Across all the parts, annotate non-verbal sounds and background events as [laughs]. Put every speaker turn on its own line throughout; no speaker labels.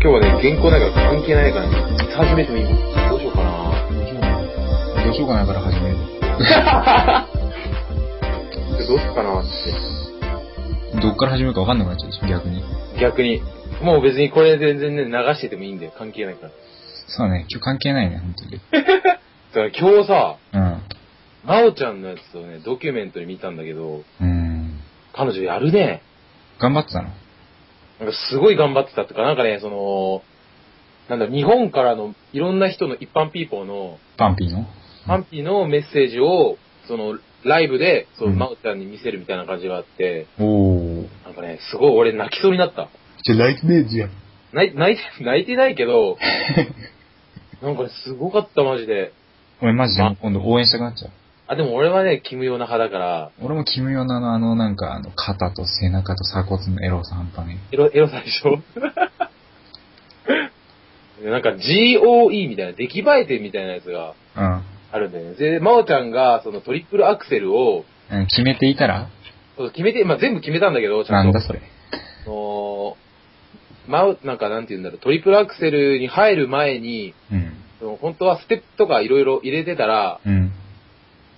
原稿ないから関係ないから、いつ始めてもいいどうしようかな。
どうしようかなから始める。
どうすっかなっ
どっから始めるかわかんなくなっちゃうでしょ、逆に。
て。逆に。もう別にこれ全然ね、流しててもいいんだよ。関係ないから。
そうね、今日関係ないね、本当に。
だから今日さ、
うん。
なおちゃんのやつをね、ドキュメントで見たんだけど、
うん。
彼女やるね。
頑張ってたの
なんかすごい頑張ってたとか、なんかね、その、なんだろう、日本からのいろんな人の一般ピーポーの、
パンピーの
ハンピーのメッセージを、その、ライブで、そう、
うん
マウちゃんに見せるみたいな感じがあって、
おー。
なんかね、すごい俺泣きそうになった。
じゃ、ライトデーズやん。
泣い [laughs] 泣いて、泣いてないけ
[laughs]
ど、なんかね、すごかった、マジで。
俺マジでもう今度応援したくなっちゃう。
あ、でも俺はね、キムヨナ派だから、
俺もキムヨナのあの、なんか、あの、肩と背中と鎖骨のエロさ半端ね
エロ、エロ最初 [laughs] なんか GOE みたいな、出来栄え点みたいなやつが
え。うん。
あるんだよね。で、真央ちゃんが、そのトリプルアクセルを、
うん、決めていたら
そう決めて、まあ、全部決めたんだけど、ちゃ
なんん
と
だ。それ。
あのー、マウ、なんかなんて言うんだろう、トリプルアクセルに入る前に、
うん。
その本当はステップとかいろいろ入れてたら、
うん。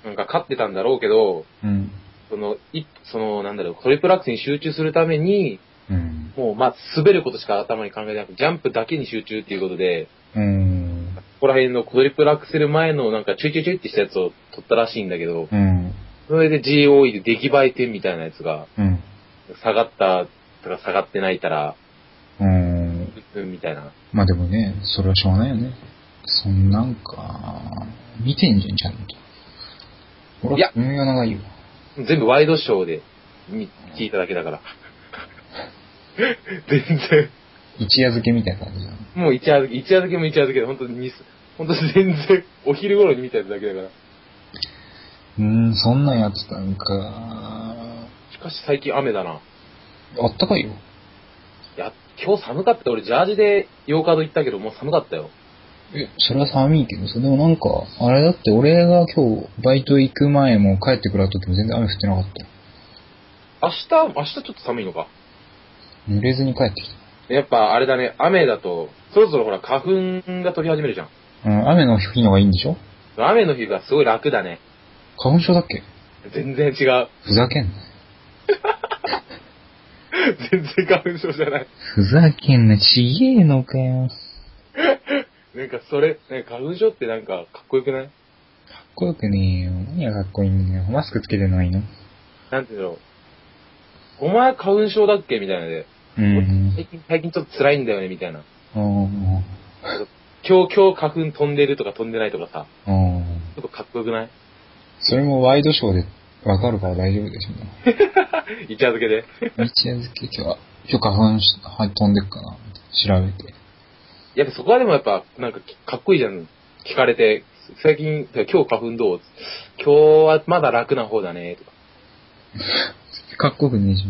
なんか勝ってたんだろうけど、
うん。
その、い、その、なんだろう、トリプルアクセルに集中するために、
うん。
もう、まあ、滑ることしか頭に考えてなくて、ジャンプだけに集中っていうことで、
うん。
ここら辺のトリプルアクセル前のなんかチュイチュイチュイってしたやつを取ったらしいんだけど、
うん。
それで GOE で出来栄え点みたいなやつが、
うん。
下がったとか下がってないたら、
うん。
うん、みたいな。
まあでもね、それはしょうがないよね。そんなんか、見てんじゃん、ちゃんと。
い
俺
や
はキムヨナがいいよ。
全部ワイドショーで見聞いただけだから。 [laughs] 全然、
一夜漬けみたいな感じだよ。
もう一夜漬け、一夜漬けも一夜漬けで、本当にに、本当に全然、お昼頃に見たやつだけだから。
うーん、そんなんやってたんか。
しかし最近雨だな。
あったかいよ。
いや、今日寒かった。俺ジャージで8日ド行ったけど、もう寒かったよ。
え、それは寒いけどさ、でもなんか、あれだって俺が今日バイト行く前も帰ってくる時も全然雨降ってなかったよ。
明日、明日ちょっと寒いのか。
濡れずに帰ってき
やっぱあれだね、雨だと、そろそろほら花粉が飛び始めるじゃん。
た。うん、雨の日の方がいいんでしょ
雨の日がすごい楽だね。
花粉症だっけ
全然違う。 [laughs]
ふざけんな。
全然花粉症じゃない。
ふざけんな、ちげえのかよ。か
なんかそれ、なんか花粉症ってなんかかっこよくない
っこよくねえよ。何がかっこいいんだよ。マスクつけてないの
なんていうのお前花粉症だっけみたいなので。
うん。
最近、最近ちょっと辛いんだよねみたいな。
あー
今日、今日花粉飛んでるとか飛んでないとかさ。
あー。
ちょっとかっこよくない
それもワイドショーでわかるから大丈夫でしょ。 [laughs]
一夜漬けで。
一夜漬け今日は、今日花粉しは飛んでっかな。調べて。
やっぱそこはでもやっぱ、なんかきかっこいいじゃん。聞かれて、最近、今日花粉どう今日はまだ楽な方だね、とか。
かっこよくねえじ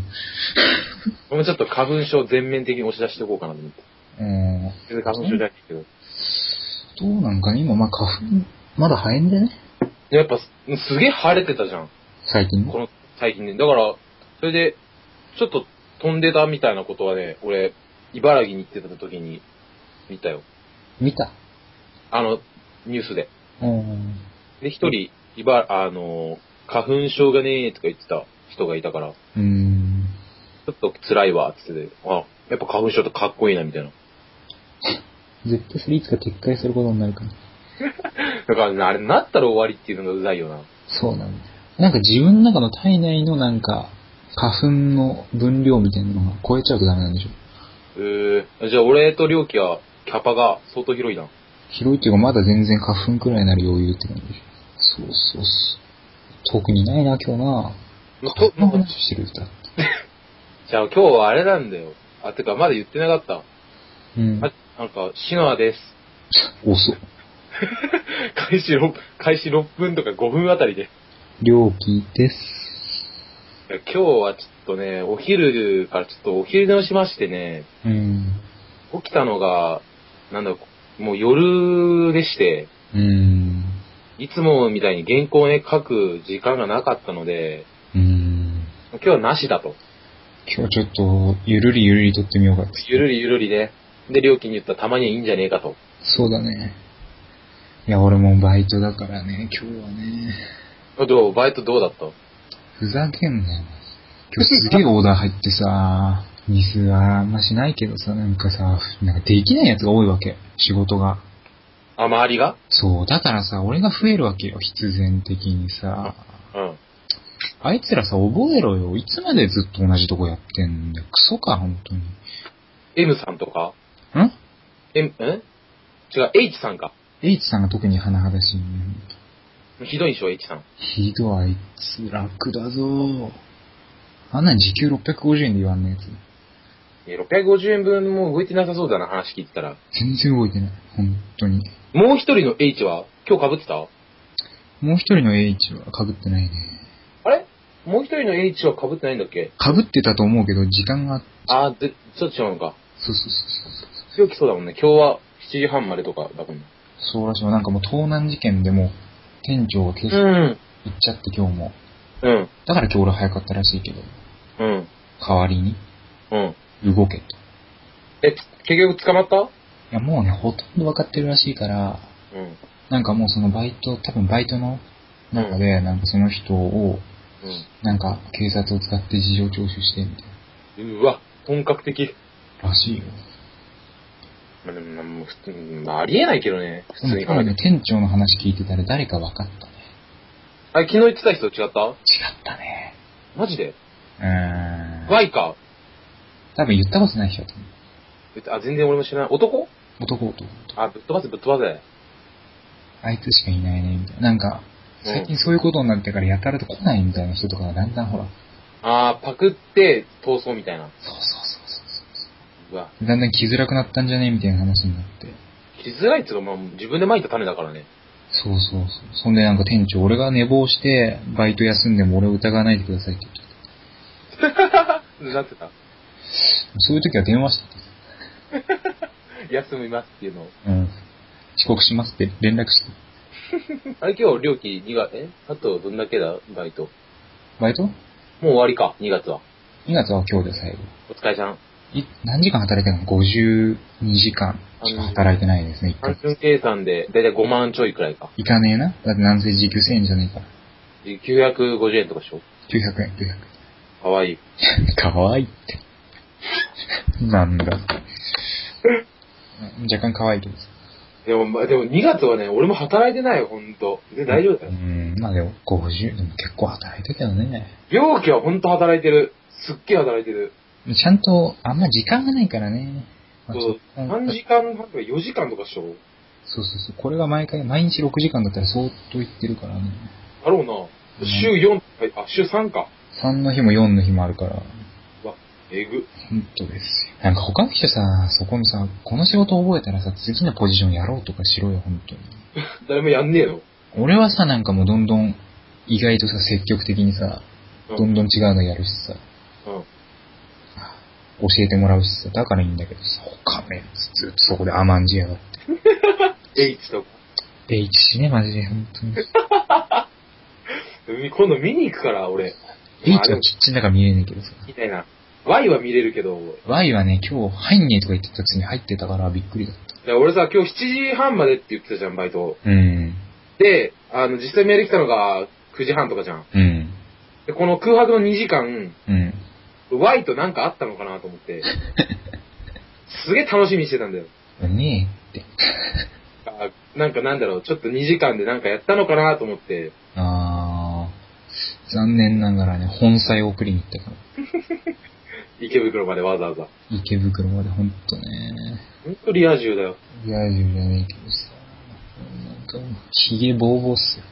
俺もちょっと花粉症全面的に押し出していこうかなと思って。
ゃん。うん。
全然花粉症じゃないけど。
どうなんかね今、まあ花粉、まだ早いんだよね
やっぱす、すげえ晴れてたじゃん。
最近。
この最近ね。だから、それで、ちょっと飛んでたみたいなことはね、俺、茨城に行ってた時に見たよ。
見た。
あの、ニュースで。
うん。
で、一人、茨、あの、花粉症がねーとか言ってた人がいたから、
うん。
ちょっと辛いわ、つってて、あ、やっぱ花粉症ってかっこいいな、みたいな。
絶対それいつか撤回することになるから。
だからね、あれなったら終わりっていうのがうざいよな。
そうなんだよ。なんか自分の中の体内のなんか、花粉の分量みたいなのが超えちゃうとダメなんでしょ。
えー、じゃあ俺と良きは、キャパが相当広いな。
広いっていうかまだ全然花粉くらいになる余裕って感じでしょ。そうそうそう。特にないな、今日な。
まと
花粉の
ま
話してる歌。
じゃあ今日はあれなんだよ。あ、てかまだ言ってなかった。
うん。
あなんか、シノアです。
遅っ。
開始6、開始6分とか5分あたりで。
料金です。
いや今日はちょっとね、お昼からちょっとお昼寝をしましてね、
うん。
起きたのが、なんだろう、もう夜でして、
うん。
いつもみたいに原稿をね、書く時間がなかったので、
うん。
今日はなしだと。
今日ちょっと、ゆるりゆるり撮ってみようかっつって
ゆるりゆるりで、で、料金に言ったらたまにはいいんじゃねえかと。
そうだね。いや、俺もバイトだからね、今日はね。
どうバイトどうだった
ふざけんなよ。今日すげえオーダー入ってさ、ミスはあんましないけどさ、なんかさ、なんかできないやつが多いわけ。仕事が。
あ、周りが
そう、だからさ、俺が増えるわけよ、必然的にさ。
うん。
あいつらさ、覚えろよ。いつまでずっと同じとこやってんだよ。クソか、本当に。
M さんとか
ん
?M、ん違う、H さんか。
?H さんが特に甚だしいね。
ひどいでしょ、H さん。
ひどい、あいつ楽だぞ。あんなん時給650円で言わんのやつ。
いや650円分も動いてなさそうだな、話聞いてたら。
全然動いてない。本当に。
もう一人の H は今日被ってた
もう一人の H は被ってないね。
あれもう一人の H は被ってないんだっけ
被ってたと思うけど、時間が、
あー、で、ちょっと違うのか。
そうそうそうそう。
強きそうだもんね。今日は7時半までとかだもんね。
そうらしいわ。なんかもう盗難事件でもう、店長が警察
ん。
行っちゃって今日も。
うん。
だから今日俺早かったらしいけど、
うん。
代わりに
うん。
動けと。い
え、つ結局捕まった
やもうね、ほとんど分かってるらしいから、
うん。
なんかもうそのバイト、多分バイトの中で、なんかその人を、なんか警察を使って事情聴取してみたい
うん。うわ、本格的。
な。らしいよ。
まあ、でもな、もう普通に、まあ、ありえないけどね。普
でも
通に考
今
え
日
て。
ね、店長の話聞いてたら誰か分かったね。
あ、昨日言ってた人と違った
違ったね。
マジで
うーん。
?Y か。
多分言ったことない人だと思う。
あ、全然俺も知らない。男
男男。
あ、ぶっ飛ばせ、ぶっ飛ばせ。
あいつしかいないね、みたいな。なんか、
うん
最近そういうことになってからやたらと来ないみたいな人とかがだんだんほら、そう
あー、パクって、逃走みたいな。
そうそうそう
うわ、
そう。だんだん来づらくなったんじゃねみたいな話になって。
来づらいっつうか、まあ、自分で蒔いた種だからね。
そうそうそう。そんでなんか店長、俺が寝坊して、バイト休んでも俺を疑わないでくださいって言ってた。
なってた。
そういう時は電話して
休みますっていうのを。
た。うん。遅刻しますって連絡して。
あれ今日、料金2月、えあとどんだけだバイト。も
バイト
う終わりか、2月は。
?2 月は今日で最後。
お疲れさん。
い何時間働いたの ?52 時間しか働いてないですね、一
単
回。
純計算で、だいたい5万ちょいくらいか。
いかねえな。だってなんせ時給1000円じゃねえから。
950円とかでしょ
900円、900円。
かわいい。
かわいいって。なんだ。若干かわいいけど。
でも、まあ、でも2月はね、俺も働いてないよ、ほんと。で、大丈夫だ
う
よ。
ん、まあでも50、でも結構働いたけどね。
病気はほんと働いてる。すっげえ働いてる。
ちゃんと、あんま時間がないからね。まあ
そう、
ちょっと
3時間半とか4時間とかでしょ
そうそうそう。これが毎回、毎日6時間だったら相当いってるからね。
だろうな。週4、はいあ、週3か。
3の日も4の日もあるから。
えぐ。
本当ですよ。なんか他の人さ、そこのさ、この仕事覚えたらさ、次のポジションやろうとかしろよ、本当に。
誰もやんねえの。
俺はさ、なんかもうどんどん、意外とさ、積極的にさ、
うん
どんどん違うのやるしさ、
うん。
教えてもらうしさ、だからいいんだけどさ、他のやつずっとそこで甘んじやがって。
H とか。
ペイチ死ね、マジで、本当に。
今度見に行くから、俺。
ペイチはキッチンだから見えねえけどさ。
みたいな。Y は見れるけど、
Y はね、今日入んねえとか言ってた時に入ってたからびっくりだった。
いや俺さ、今日7時半までって言ってたじゃん、バイト。
うん。
で、あの、実際メール来たのが9時半とかじゃん。
うん。
で、この空白の2時間、
うん。
Y となんかあったのかなと思って。すげえ楽しみにしてたんだよ。
ねえって。
あなんかなんだろう、ちょっと2時間でなんかやったのかなと思って。
あー、残念ながらね、本妻を送りに行ったから。
池袋までわざわざ。
池袋までほんとね。
ほんとリア充だよ。
いや、自分じゃねえけどさ。なんかもう、ヒゲボーボーっすよ。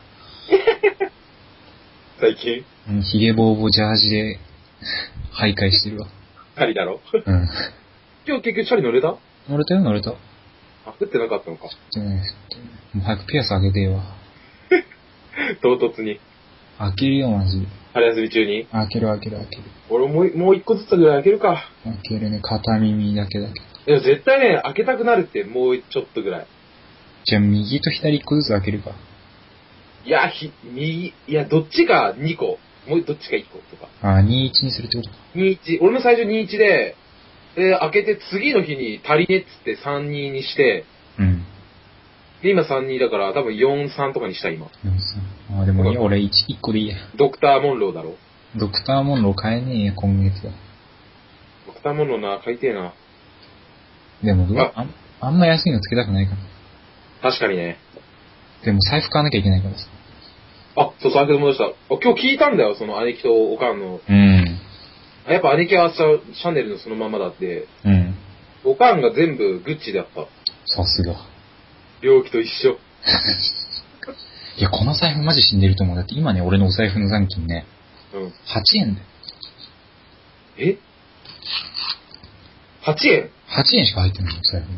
最近
うん、ヒゲボーボージャージで、徘徊してるわ。
チャリだろ
うん。
今日結局チャリ乗れた
乗れたよ、乗れた。
あ、降ってなかったのか。
じゃないですって。もう早くピアス開けてえわ。
唐突に。
開けるよ、マジで。
春休み中に。
開ける開ける開ける。
俺もうもう一個ずつぐらい開けるか。
開けるね、片耳だけだけ
でも
ど。
絶対ね、開けたくなるって、もうちょっとぐらい。
じゃあ、右と左一個ずつ開けるか。
いや、ひ、右、いや、どっちか2個。もうどっちか1個とか。
あー、21にするってことか。
21。俺も最初21で、で、開けて次の日に足りねっつって3、2にして、
うん。
で、今3、2だから多分4、3とかにした、今。
うんあーでもいいや、俺1、一個でいいや。
ドクター・モンローだろ。
ドクターモンロー買えねえや、今月は。
ドクター・モンローな、買いてえな。
でもどう
あ
あん、あんま安いのつけたくないから。
確かにね。
でも財布買わなきゃいけないからさ。
あ、そう、財布で戻した。あ今日聞いたんだよ、その姉貴とおかんの。
うん。
あやっぱ姉貴はシャシャネルのそのままだって、
うん。
おかんが全部グッチだった。
さすが。
容器と一緒。
いや、この財布マジ死んでると思う。だって今ね、俺のお財布の残金ね、
うん。
8円だよ。
え ?8 円
8円しか入ってないの、財布に。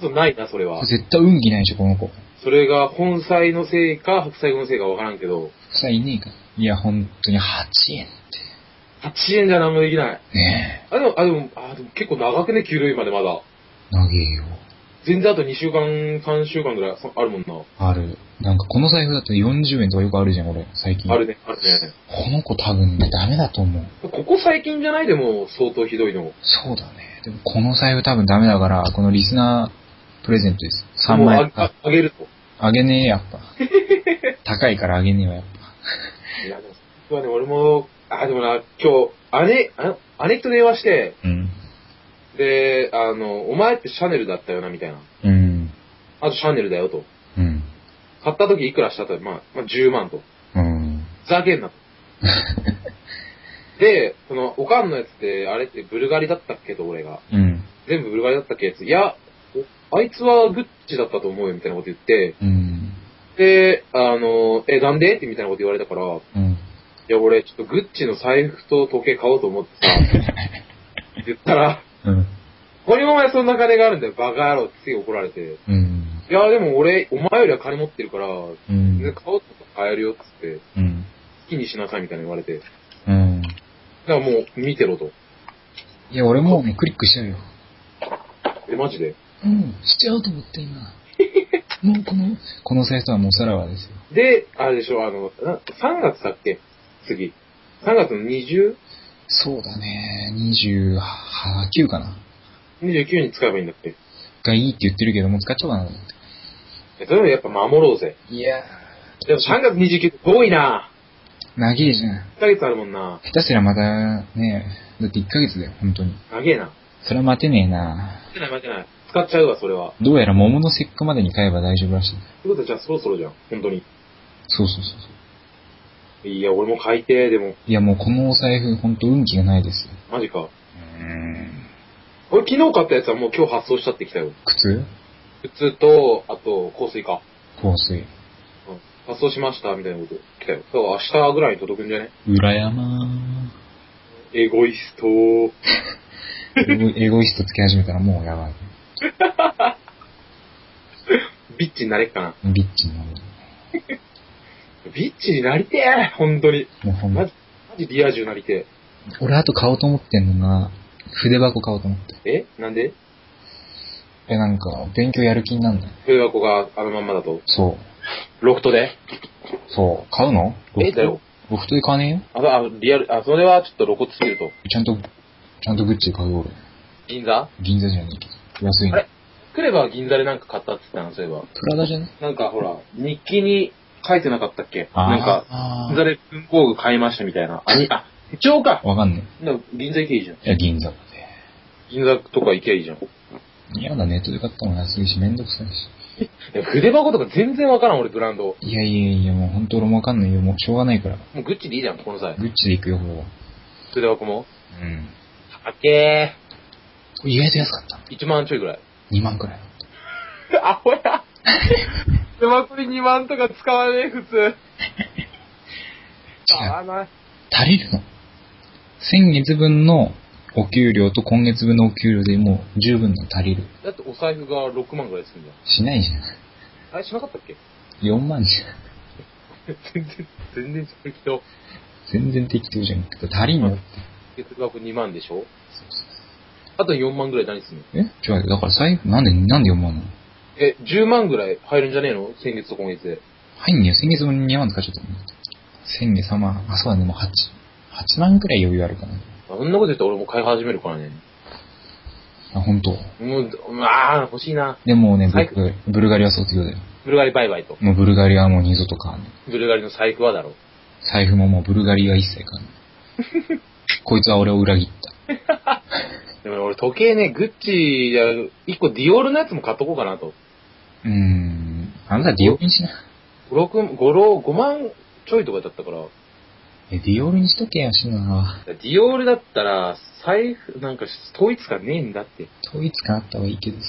そうないな、それは。
絶対運気ないでしょ、この子。
それが本妻のせいか、白菜のせいかわからんけど、
さいねえから。いや、本当に8円。
8円じゃ何もできない。
ね
あ、でも、あ、でも、あ、でも結構長くね、給料日までまだ。
え。長えよ。
全然あと2週間、3週間ぐらいそあるもんな。
ある。なんかこの財布だと40円とかよくあるじゃん、俺、最近。
あるね、あるね。
この子多分ね、ダメだと思う。
ここ最近じゃないでも相当ひどいの。
そうだね。でもこの財布多分ダメだから、このリスナープレゼントです。3
もう
万
あ
円。
あ
あ
あげると。
あげねえ、やっ
[laughs]
ぱ。高いからあげねえわ、やっぱ。
いや、でも、まあね、俺も、あ、でもな、今日、姉、あ姉貴と電話して、
うん。
で、あの、お前ってシャネルだったよな、みたいな。
うん。
あとシャネルだよと。
うん。
買った時いくらしたと。まあ、まあ、10万と。
うん。
ふざけんなと。で、その、おかんのやつって、あれってブルガリだったっけと、俺が。
うん。
全部ブルガリだったっけやつ。いや、おあいつはグッチだったと思うよ、みたいなこと言って。
うん。
で、あの、え、なんでってみたいなこと言われたから、い
うん。
や、俺、ちょっとグッチの財布と時計買おうと思ってさ、って言ったら、
うん。
ここにお前そんな金があるんだよ、バカ野郎ってすぐ怒られて。
うん。
いや、でも俺、お前よりは金持ってるから、
う
全然
ん。
買おうと思ったら買えるよ、っつって、
うん。
好きにしなさい、みたいな言われて。だ
うん。
からもう、見てろと。
いや、俺もうね、クリックしちゃうよ。
え、マジで
うん。しちゃうと思って、今。 [laughs] もうこの、この財布はもうさらわですよ。
で、あれでしょ、あの、な3月だっけ次。3月の 20?29
そうだね。28かな。
に使えばいいんだって。
がいいって言ってるけど、もう使っちゃおうかなと思っ
えそれもやっぱ守ろうぜ。
て。いや
でも3月29って遠いな
長えじゃん。
1ヶ月あるもんな
下手すりゃまた、ねだって1ヶ月だよ、本当に。
長えな。
それは待てねえな
待てない待てない。使っちゃうわ、それは。
どうやら桃の節句までに買えば大丈夫らし
っ
い。
てことはじゃあそろそろじゃん、本当に。
そうそうそうそう。
いや、俺も買いてえ、でも、
いやもうこのお財布、ほんと運気がないですよ。
マジか。
うーん。
俺昨日買ったやつはもう今日発送したってきたよ。
靴
靴と、あと、香水か。
香水。
うん。発送しました、みたいなこと来たよ。そう、明日ぐらいに届くんじゃね
裏山
エゴイストー。
エゴ [laughs] エゴイストつけ始めたらもうやばい。
ビッチになれっかな。
ビッチになる。
ビッチになりてえ、本当に。
もうほん
マ
と
ジ。マジリア充なりて
俺あと買おうと思ってんのが、筆箱買おうと思って。
え。えなんで
え、なんか、勉強やる気になるんだよ。
筆箱があのまんまだと。
そう。
ロフトで
そう。買うの
え、だよ。。
ロフトで買わねえよ。
あ、あリアル、あ、それはちょっと露骨すぎると。
ちゃんと、ちゃんとグッチで買うよ、俺。
銀座
銀座じゃねえけど。安い
あ
の
れ。クレバー銀座でなんか買ったって言ったの、そういえば。
プラダじゃね
なんかほら、日記に書いてなかったっけ
あー
なんか、
あ
銀座で文房具買いましたみたいな。あ、にあ、手帳か
ーわかんね
でも銀座行けばいいじゃん。
え。いや、銀座で。
銀座とか行けばいいじゃん。
嫌だ、ネットで買ったもん安いし、めんどくさいし。
いや筆箱とか全然わからん、俺、ブランド。
いやいやいや、もう本当俺もわかんないよ。もうしょうがないから。
もうグッチでいいじゃん、この際。
グッチで行くよ、ほ
筆箱も。
う。うん。
あっけ
意外と安かった。
ー。1万ちょい [laughs] ぐらい。
2万くらい。
アホや。 [laughs] 手箱に2万とか使わねえ、普
[laughs]
通。使わない。
足りるの。先月分のお給料と今月分のお給料でもう十分の足りる。
だってお財布が6万ぐらいするんじゃん。
しないじゃ
あれしなかったっけ
ん。4万じゃん。
[laughs] 全然、全然適当。
全然適当じゃん。足りんのって。
で、筆箱2万でしょあと4万ぐらい何すんの
え違うよ。だから財布、なんで、なんで4万なの
え、10万ぐらい入るんじゃねえの先月と今月で。
入んねえよ。先月も2万使っちゃったもん。先月3万、あ、そうだね、もう8。8万くらい余裕あるかな。
そんなこと言ったら俺も買い始めるからね。
あ、本当。
もう、うわあ、欲しいな。
でもね、
はい
僕、ブルガリア卒業だよ。
ブルガリバイバイと。
もうブルガリアはもう二度と買わない。
ブルガリの財布はだろ。
財布ももうブルガリア一切買わない。こいつは俺を裏切った。
でも俺時計ね、グッチじゃ、一個ディオールのやつも買っとこうかなと。
うーん。あんたディオールにしな。
5、6、5、5万ちょいとかだったから、
え、ディオールにしとけや、しな。
ディオールだったら、財布、なんか統一感ねえんだって。
統一感あった方がいいけどさ。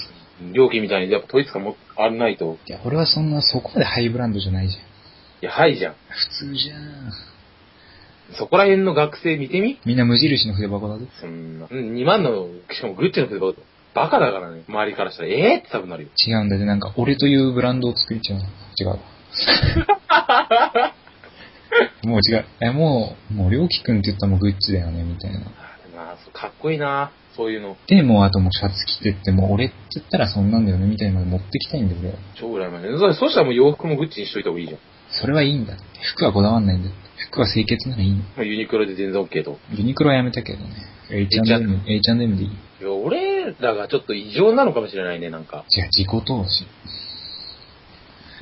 料金みたいにやっぱ統一感もあんないと。
いや、俺はそんな、そこまでハイブランドじゃないじゃん。
いや、はいじゃん。
普通じゃん。
そこら辺の学生見てみ
みんな無印の筆箱だぜ。
そんな。2万の、しかもグッチの筆箱バカだからね。周りからしたら、ええって多分なるよ。
違うんだよね。なんか、俺というブランドを作りちゃうの。違うわ。もう違う。え、もう、もう、りょうきくんって言ったらもうグッチだよね、みたいな。
あでもなそうかっこいいなそういうの。
で、もう、あともうシャツ着てって、もう俺って言ったらそんなんだよね、みたいなのまで持ってきたいんだよ、俺は。
超羨ましい。そそしたらもう洋服もグッチにしといた方がいいじゃん。
それはいいんだって。服はこだわんないんだって。服は清潔ならいいの。
まあユニクロで全然 OK と。
ユニクロはやめたけどね。H&M、H&M でいい。
いや、俺らがちょっと異常なのかもしれないね、なんか。
違う、自己投資。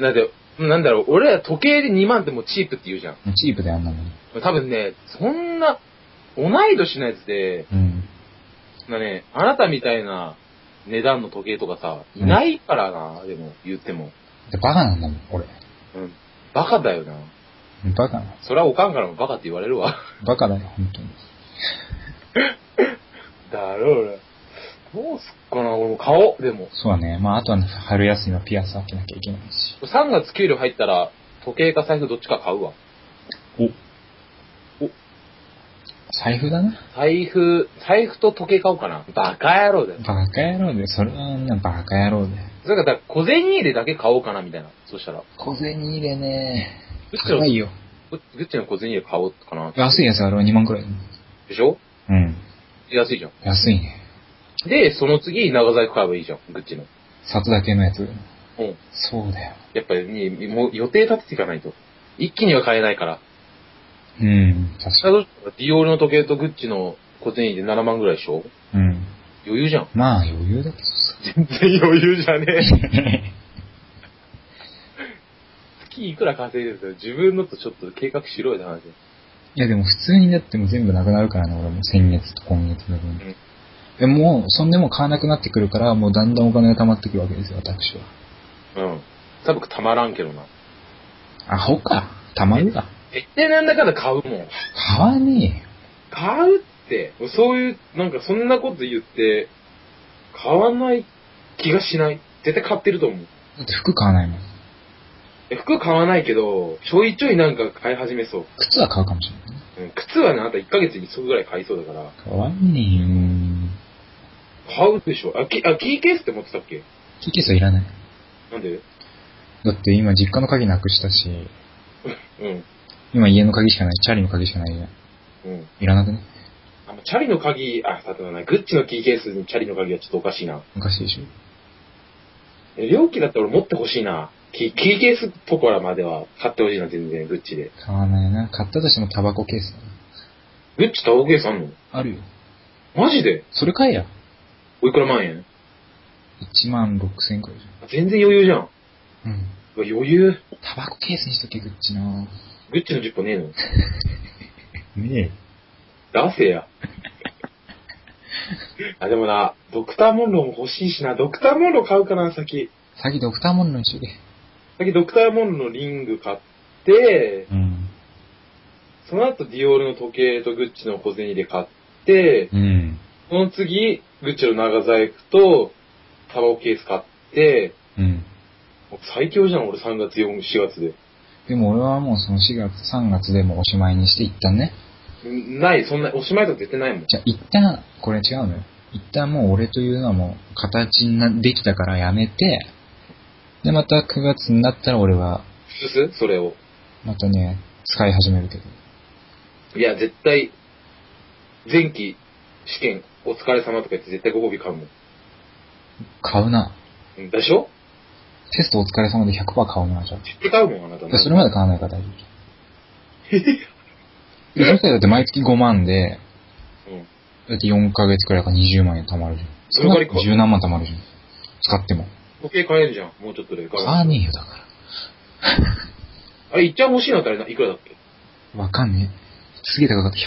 だって、なんだろう、俺ら時計で2万ってもうチープって言うじゃん。
もうチープであんなのに。
多分ね、そんな、同い年のやつで、
うん。
そんなね、あなたみたいな値段の時計とかさ、いないからな、でも、言っても。
でバカなんだもん、俺。
うん。バカだよな。
バカな。
それはおかんからもバカって言われるわ。
バカだよ、本当に。
[laughs] だろうな。どうすっかな、俺も買おう。でも。
そうだね。まあ、あとは、春休みはピアス開けなきゃいけないし。
3月給料入ったら、時計か財布どっちか買うわ。
財布だな。
財布、財布と時計買おうかな。バカ野郎だよ。
バカ野郎で、それはな、バカ野郎で。
それから、だから小銭入れだけ買おうかな、みたいな。そしたら。
小銭入れね。
グッチ
高
の
いよ。
グッチの小銭入れ買おうかな。
安いやつあれは2万くらいだもん。
でしょ
うん。
安いじゃん。
安いね。
で、その次、長財布買えばいいじゃん。グッチの。
札だけのやつ。
うん。
そうだよ。
やっぱりね、もう予定立てていかないと。一気には買えないから。
うん。確か
それはどうディオールの時計とグッチの小銭入れ7万ぐらいでしょ
に。うん。
余裕じゃ [laughs] ん。
まあ、余裕だけど
全然余裕じゃねえ。
さ。
[laughs] 月いくら稼いでるんですよ。自分のとちょっと計画しろよって話。
いやでも普通にだってもう全部なくなるからね、俺も先月と今月の分。でもう、そんでも買わなくなってくるから、もうだんだんお金が溜まってくるわけですよ、私は。
うん。多分たまらんけどな。
アホか。溜まるか。
絶対なんだかんだ買うもん。
買わね
買うって、そういう、なんかそんなこと言って、買わない気がしない。絶対買ってると思う。
えよ。だって服買わないもん。
え服買わないけど、ちょいちょいなんか買い始めそう。
靴は買うかもしれないね。
うん靴はね、あんた1ヶ月に1足ぐらい買いそうだから、
買わねえよ。
買うでしょ。あ、キあキーケースって持ってたっけ
キーケースはいらない。
なんで
だって今実家の鍵なくしたし、
うん。
今家の鍵しかない、チャリの鍵しかないじゃん。
うん。
いらなくね
あの、チャリの鍵、あ、例えばね、グッチのキーケースにチャリの鍵はちょっとおかしいな。
おかしいでしょ。
え、容器だったら俺持ってほしいな。キーキーケースとこらまでは買ってほしいな、全然、グッチで。
買わないな。買ったとしてもタバコケースだな。
グッチタオルケースあんの
あるよ。
マジで
それ買えや。
おいくら万円
1万6千くらいじ
全然余裕じゃん。
ゃん。うん。
うわ余裕。
タバコケースにしとけ、グッチな
グッチの10個ねえの
ね
出せや。あ、でもな、ドクターモンローも欲しいしな。ドクターモンロー買うかな、先。
え。先ドクターモンローにしとけ。
先ドクターモンローのリング買って、
うん。
その後ディオールの時計とグッチの小銭入れ買って、
うん。
その次、グッチの長財布とタバコケース買って、
うん。
もう最強じゃん、俺3月、4、4月で。
でも俺はもうその4月、3月でもうおしまいにして一旦ね。
んない、そんな、おしまいとか絶対ないもん。
じゃあ一旦、これ違うのよ。一旦もう俺というのはもう形にな、できたからやめて、でまた9月になったら俺は、
すすそれを。
またね、使い始めるけど。
いや、絶対、前期試験、お疲れ様とか言って絶対ご褒美買うもん
買うな。
うん。でしょ
テストお疲れ様で100%買うな、じゃあ。
絶対買うもん、あなた
いやそれまで買わないから大丈夫。いやそしたらだって毎月5万で、
うん。
だって4ヶ月くらいから20万円貯まるじゃん。
それからいくわ
10何万貯まるじゃん。使っても。
時計買えるじゃん。もうちょっとで。
買わねえよ、だか
あれ、いっちゃん欲しいのってあれな、いくらだっけ
ら。わかんねえ。すげえ高かった、
[laughs]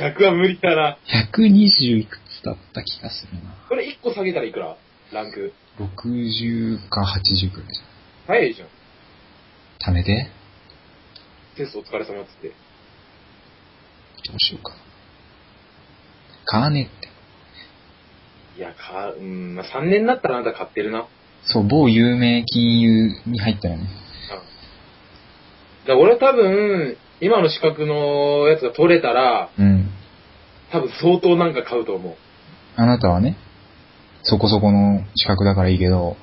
?100 は無理だな。
100。120いくつだった気がするな。
これ1個下げたらいくらランク。
60か80くらいじ
早いじゃん。
ゃん。貯めて。
テストお疲れ様っつって。
どうしようか。買わねえって。
いや、か、うん、まあ、3年になったらあなた買ってるな。
そう、某有名金融に入ったよね。
だから俺は多分、今の資格のやつが取れたら、
うん。
多分相当なんか買うと思う。
あなたはね、そこそこの資格だからいいけど、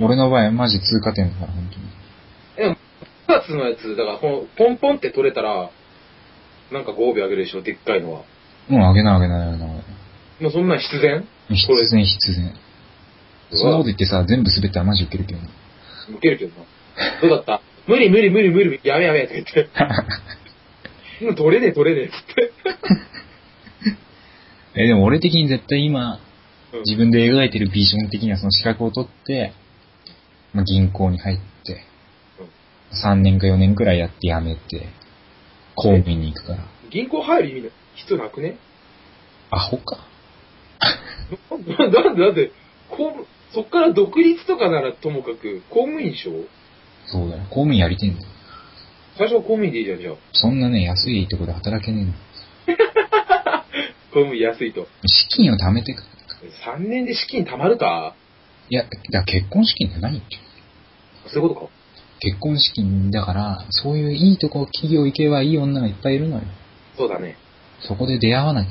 俺の場合マジ通過点だから、本当に。
2つのやつ、だからこの、ポンポンって取れたら、なんかご褒美あげるでしょ、でっかいのは。
もうあげないあげないあげない。
もうそんなん必然これ
必然必然。そんなこと言ってさ、全部滑ったらマジウケるけどね。
受けるけどな。どうだった無理無理無理無理、やめやめって言って。うん取れねえ取れね
え、でも俺的に絶対今、
えっ
自
て。
分で描いてるビジョン的にはその資格を取って、まあ、銀行に入って、3年か4年くらいやって辞めて、公務員に行くから。
うん銀行入る意味な必要なくね
アホか。
[laughs] ななんでなんで、こう、そっから独立とかならともかく、公務員でしょ
そうだよ。公務員やりてんだよ。
最初は公務員でいいじゃん、じゃあ。
そんなね、安いとこで働けねえの。
公務員安いと。
資金を貯めてく。
3年で資金貯まるか
いや、だから結婚資金って何って言う
そういうことか。
結婚資金だから、そういういいとこ、企業行けばいい女がいっぱいいるのよ。
そうだね。
そこで出会わなきゃ。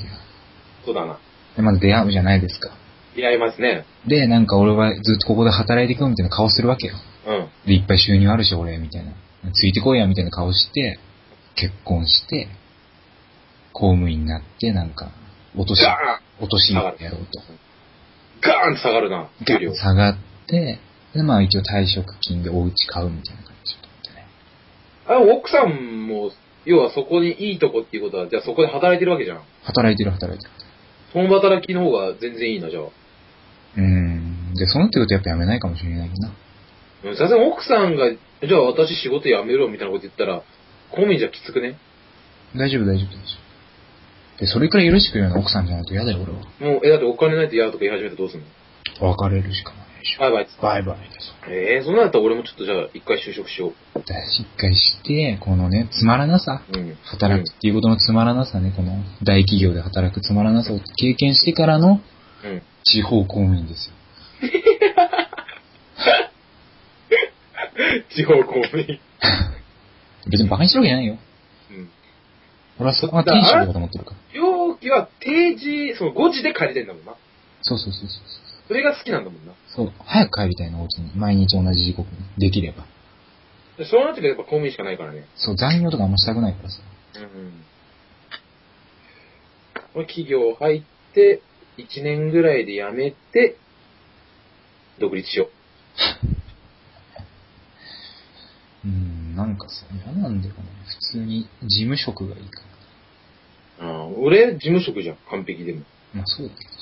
そうだな。
で、まず出会うじゃないですか。
出会いますね。
で、なんか俺はずっとここで働いていくみたいな顔するわけよ。
うん。
で、いっぱい収入あるし、俺、みたいな。ついてこいや、みたいな顔して、結婚して、公務員になって、なんか、落とし、
ガ
落としやろうと。
ーンガーンって下がるな、給料。
下がって、で、まあ一応退職金でお家買うみたいな感じだった
あ、
ね。
奥さんも、要はそこにいいとこっていうことは、じゃあそこで働いてるわけじゃん。
働いてる働いてる。
共働きの方が全然いいな、じゃあ。
うん。で、そのってことやっぱやめないかもしれないけどな。
うんさすがに奥さんが、じゃあ私仕事辞めろみたいなこと言ったら、公務員じゃきつくね
大丈夫大丈夫大丈夫。で、それくらい許してくれるような奥さんじゃないと嫌だよ、俺は。
もう、え、だってお金ないと嫌だとか言い始めたらどうすんの
別れるしかないでしょ。
バイバイっつって。
バイバイです。
えー、そんなんだったら俺もちょっとじゃあ一回就職しよう。
だしっかりして、このね、つまらなさ。
うん。
働くっていうことのつまらなさね、この大企業で働くつまらなさを経験してからの
うん。
地方公務員ですよ。
[laughs] 地方公務員。
別に馬鹿にしてるわけじゃないよ。
うん。
俺はそこは天使だと思ってるから。
容器は定時、その5時で借りてんだもんな。
そうそうそうそう。
それが好きなんだもんな。
そう、早く帰りたいの、お家に。毎日同じ時刻に。できれば。
でそうなってくるとやっぱ公務員しかないからね。
そう、残業とかあんましたくないからさ。
うん。これ企業入って、1年ぐらいで辞めて、独立しよ
うーん、なんかさ、嫌なんだよね。普通に、事務職がいいから。
う。ああ、俺、事務職じゃん。完璧でも。
まあそうだけどさ。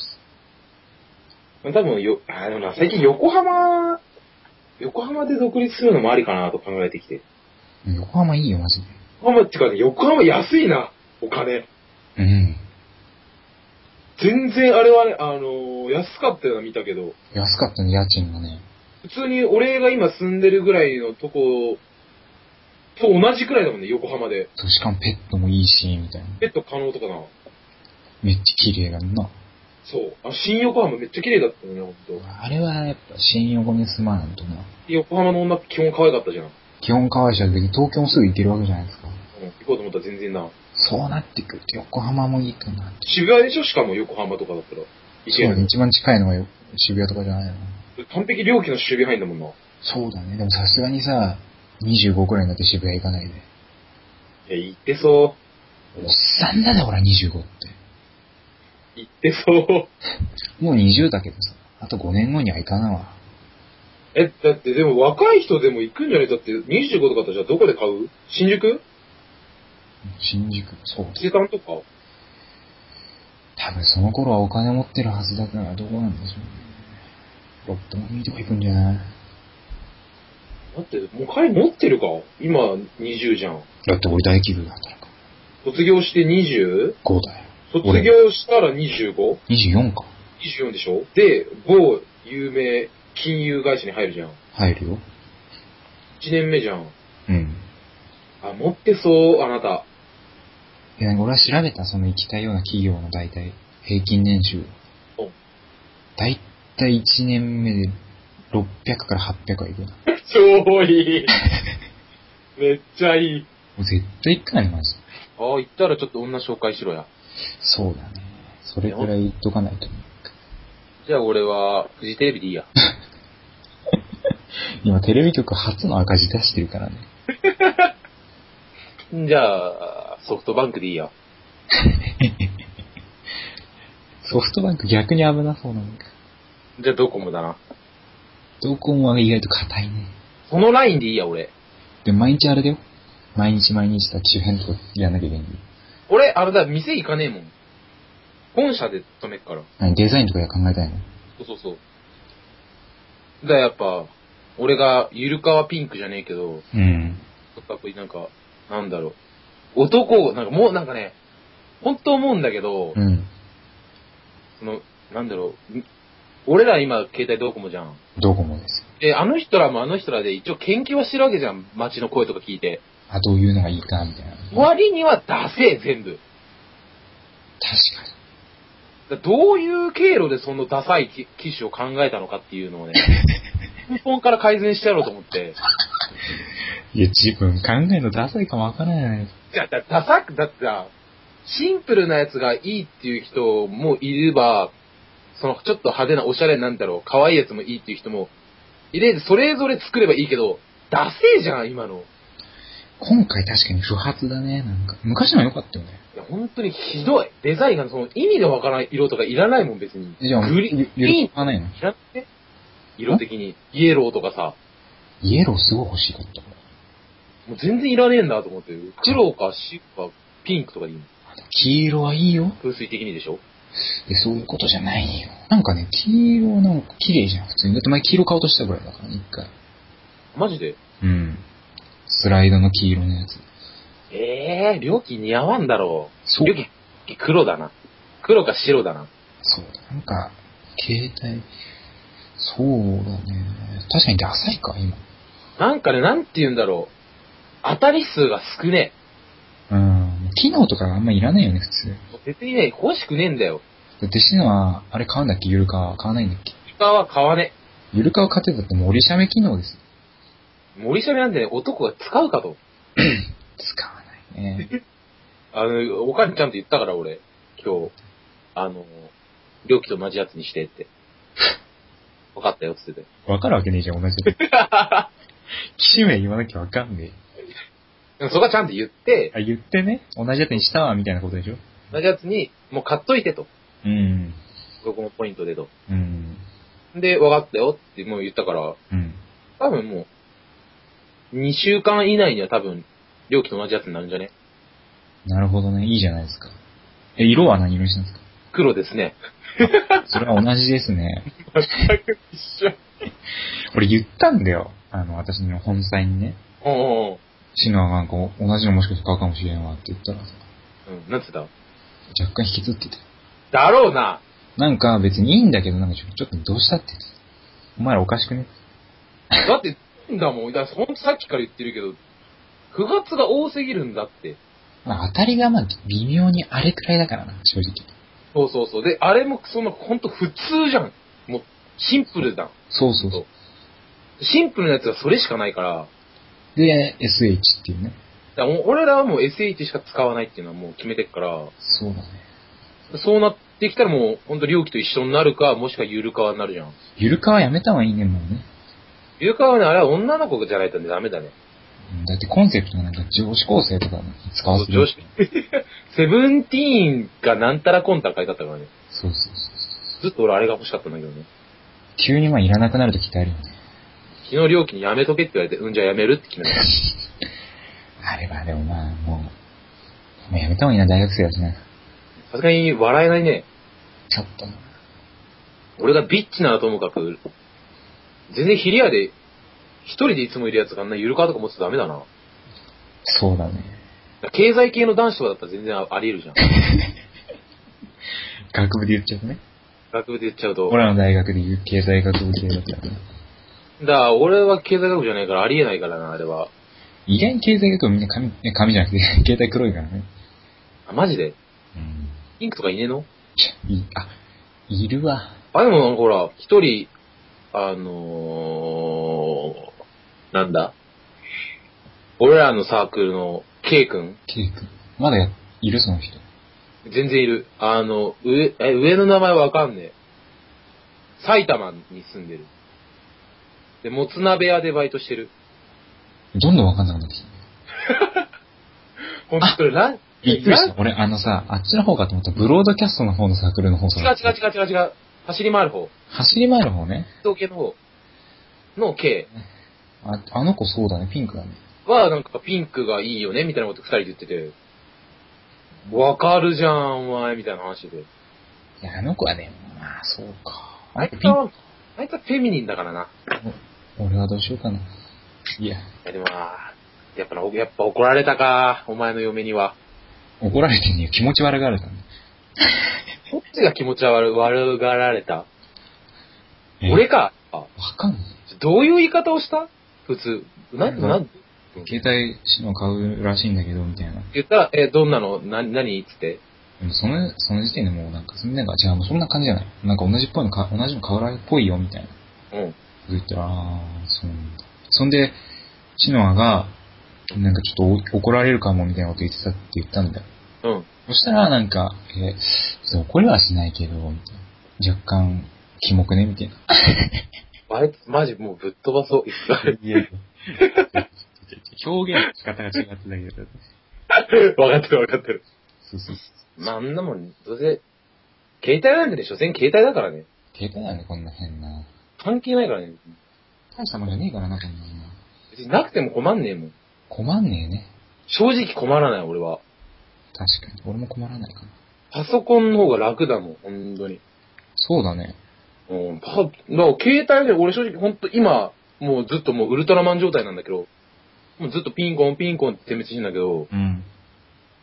まあ多分よ、ああ、でもな、最近横浜、横浜で独立するのもありかなと考えてきて。
横浜いいよ、マジで。
横浜っていうかね、横浜安いな、お金。
うん。
全然あれはね、あのー安かったような見たけど、
安かったね、家賃がね。
普通に俺が今住んでるぐらいのとこ、と同じくらいだもんね、横浜で。
そう、しかもペットもいいし、みたいな。
ペット可能とかな。
めっちゃ綺麗だな。
そう。あ新横浜めっちゃ綺麗だったよね、ほんと。
あれはやっぱ、新横に住まないとな。
横浜の女基本可愛かったじゃん。うん
基本可愛いし、別に東京もすぐ行けるわけじゃないですか。
行こうと思ったら全然な。
そうなってくると横浜もいいかなって。
渋谷でしょしかも横浜とかだったら。行
そ
け
うだね、
る。
一番近いのがよ渋谷とかじゃないの
完璧料金の守備範囲だもんな。
そうだね。でもさすがにさ、25くらいになって渋谷行かないで。
え、行ってそ
おっさんだね、俺は25って。
う。行ってそう。
もう20だけどさ、あと5年後には行かないわ。
え、だってでも若い人でも行くんじゃないだって25とかだったらじゃあどこで買う新宿
新宿、そう。
岸さんとか、
多分その頃はお金持ってるはずだから、どこなんでしょうね。六本木とか行くんじゃない
だって、もう金持ってるか今20じゃん。
だって俺大企業だからか。
卒業して 20?
5だよ。
卒業したら 25?24
24か。
でしょで、某有名金融会社に入るじゃん。
入るよ。
1年目じゃん。
うん。
あ、持ってそう、あなた。
いや、俺は調べた、その行きたいような企業の大体、平均年収
お。
大体1年目で600から800はいくな。も
[laughs] 超い [laughs] い。めっちゃいい。
う絶対行くない、マジで。
ああ、行ったらちょっと女紹介しろや。
そうだね。それくらい言っとかないとね。
じゃあ俺は、フジテレビでいいや。
今、テレビ局初の赤字出してるからね。
じゃあ、ソフトバンクでいいや。
ソフトバンク逆に危なそうなんか。
じゃあドコモだな。
ドコモは意外と硬いね。
そのラインでいいや、俺。
で、毎日あれだよ。毎日毎日さ、周辺とかやんなきゃいけない。
俺、あれだ、店行かねえもん。本社で止めっから。
何デザインとか考えたいの
そうそうそう。だからやっぱ、俺が、ゆるかわピンクじゃねえけど、
うん。
やっぱりなんか、なんだろう。男を、なんかもうなんかね、本当思うんだけど、
うん。
その、なんだろう。ん俺ら今、携帯ドコモじゃん。
ドコモです。
で、あの人らもあの人らで一応研究はしてるわけじゃん。街の声とか聞いて。
あ、どういうのがいいか、みたいな。
割にはダセえ、全部。
確
だどういう経路でそのダサい機機種を考えたのかっていう [laughs] のをね、根本から改善してやろうと思って。
かに。いや、自分考えるのダサいかもわからないよね。
いや、だ、ダサく、だってさ、シンプルなやつがいいっていう人もいれば、そのちょっと派手なおしゃれなんだろう、可愛いやつもいいっていう人も、いれそれぞれ作ればいいけど、ダセえじゃん、今の。
今回確かに不発だね、なんか。昔のは良かったよね。
いや、本当にひどい。デザインがその意味のわからない色とかいらないもん、別に。
じゃあ、
グリーン
ゆゆるく買わないの
いらなくね色的に。イエローとかさ、
イエローすごい欲しいだったから。
もう全然いらねえんだと思ってる。黒か白かピンクとかでいいの。
黄色はいいよ。
風水的にでしょ
で、そういうことじゃないよ。なんかね、黄色なんか綺麗じゃん、普通に。だって前黄色買おうとしたぐらいだから、一回。
マジで
うん。スライドの黄色のやつ。
ええー、料金似合わんだろ。
そうう
料。金、黒だな。黒か白だな。
そうだ。なんか、携帯、そうだね。確かにダサいか、今。
なんかね、なんて言うんだろう。当たり数が少ね
うん。機能とかがあんまいらないよね、普通。
え。別にね、欲しくねえんだよ。
だってシノは、あれ買うんだっけゆるかは買わないんだっけ
床は買わね
ゆるかを買ってたってもう折りしゃめ機能です。
え。森しゃべなんてね、男が使うかと。
使わないね。
あの、おかんちゃんと言ったから俺、今日、あの、料金と同じやつにして [laughs] って。分かったよ、つってて。
わかるわけねえじゃん、同じで。機種名言わなきゃわかんね
でもそこはちゃんと言って、
え。あ、言ってね。同じやつにしたわ、みたいなことでしょ
同じやつに、もう買っといてと。
うん。
ドコモポイントでと。
うん。
で、分かったよってもう言ったから、
うん。
多分もう、2週間以内には多分、料金と同じやつになるんじゃね
なるほどね。いいじゃないですか。え、色は何色にしたんです
黒ですね。
かそれは同じですね。
全く一緒。
[laughs] 俺言ったんだよ。あの、私の本妻にね。
おうおう
シノはなんか同じのもしかして買うかもしれんわって言ったらさ、
おううん、なんつってた
若干引きずってて。
だろうな
なんか別にいいんだけど、なんかちょちょっとどうしたって言ってた。お前らおかしくね
だって、んだもん。だからほんとさっきから言ってるけど、不発が多すぎるんだって。
まあ当たりがまあ微妙にあれくらいだからな、正直。
そうそうそう。で、あれもその、ほんと普通じゃん。もう、シンプルだ。
そうそうそ
シンプルなやつがそれしかないから、
う。で、SH っていうね。
だからもう俺らはもう SH しか使わないっていうのはもう決めてっから、
そうだね。
そうなってきたらもう、ほんと料金と一緒になるか、もしくはゆるかわになるじゃん。
ゆるかはやめた方がいいね、もうね。
ゆるかわね、あれは女の子じゃないとダメだね。
うんだってコンセプトがなんか女子高生とかに使わせ
女
る。
子、 [laughs] セブンティーンがなんたらコンタ書いてあったからね。
そうそうそう。
ずっと俺あれが欲しかったんだけどね。
急にまあいらなくなるときってあるよね。
昨日料金やめとけって言われて、うんじゃあやめるって決めた。
あれはでもまあもう、もうやめた方がいいな、大学生だしな。
さすがに笑えないね。
ちょっとな。
俺がビッチならともかく、全然ヒリアで、一人でいつもいるやつがあんなゆるかとか持つとダメだな。
そうだね。
経済系の男子とかだったら全然ああり得るじゃん。
学部で言っちゃうとね。
学部で言っちゃうと。
俺らの大学で言う経済学部系だったらね。
だから俺は経済学部じゃないからありえないからな、あれは。
意外に経済学部みんな髪、え髪じゃなくて、 [laughs] 携帯黒いからね。
あ、マジで
うん。
ピンクとかいねえの
いやいあ、いるわ。
あ、でもほら、一人、あのー、なんだ。俺らのサークルの K 君、
ケイ君。まだや、いるその人。
全然いる。あの、上、え、上の名前わかんねえ。埼玉に住んでる。で、もつ鍋屋でバイトしてる。
どんどんわかんなくなってきた。
ほんと、それ、ラン、
びっくりした。俺、あのさ、あっちの方かと思った。ブロードキャストの方のサークルの方さ。
ラン違う違う違う違う。走り回る方。
走り前の方ね。
東京の方の K
あ、あの子そうだね、ピンクだね。
は、なんかピンクがいいよね、みたいなこと二人で言ってて。わかるじゃん、お前、みたいな話で。
いや、あの子はね、まあ、そうか。
あ
あ
い
と
つ
ピンク、
は、あいつはフェミニンだからな。
俺はどうしようかな。いや、
いやでもな、やっぱな、やっぱ怒られたか、お前の嫁には。
怒られてねえよ。気持ち悪がられたね。
こっちが気持ち悪悪がられた。
え
俺か。あ
わかんない。
どういう言い方をした普通。な、
うん
なん、
携帯の買うらしいんだけど、みたいな。
言ったら、え、どんなの、な、何つって。
でもその、その時点でもうなんか、なんか違う、もうそんな感じじゃない。なんか同じっぽいのか、同じの買うらっぽいよ、みたいな。
うん。
言ったら、あーそうなんだ。そんで、シノアが、なんかちょっとお怒られるかもみたいなこと言ってたって言ったんだよ。
うん。
そしたら、なんか、えー怒りはしないけど、みたいな。若干、キモくねみたいな。
あいつ、マジもうぶっ飛ばそう。 [laughs] いつか
[laughs] 表現の仕方が違ってたけど。
わかってるわかってる。
そうそうそう。
まあ、あんなもん、どうせ、携帯なんでね、所詮携帯だからね。
携帯だね、こんな変な。
関係ないからね。
大したもんじゃねえからな、こんなのな。
別になくても困んねえもん。
困んねえね。
正直困らない、俺は。
確かに。俺も困らないかな。
パソコンの方が楽だもん、本当に。
そうだね。
うん、パ、だから携帯で、俺正直本当今、もうずっともうウルトラマン状態なんだけど、もうずっとピンコンピンコンって点滅してんだけど、も
うん。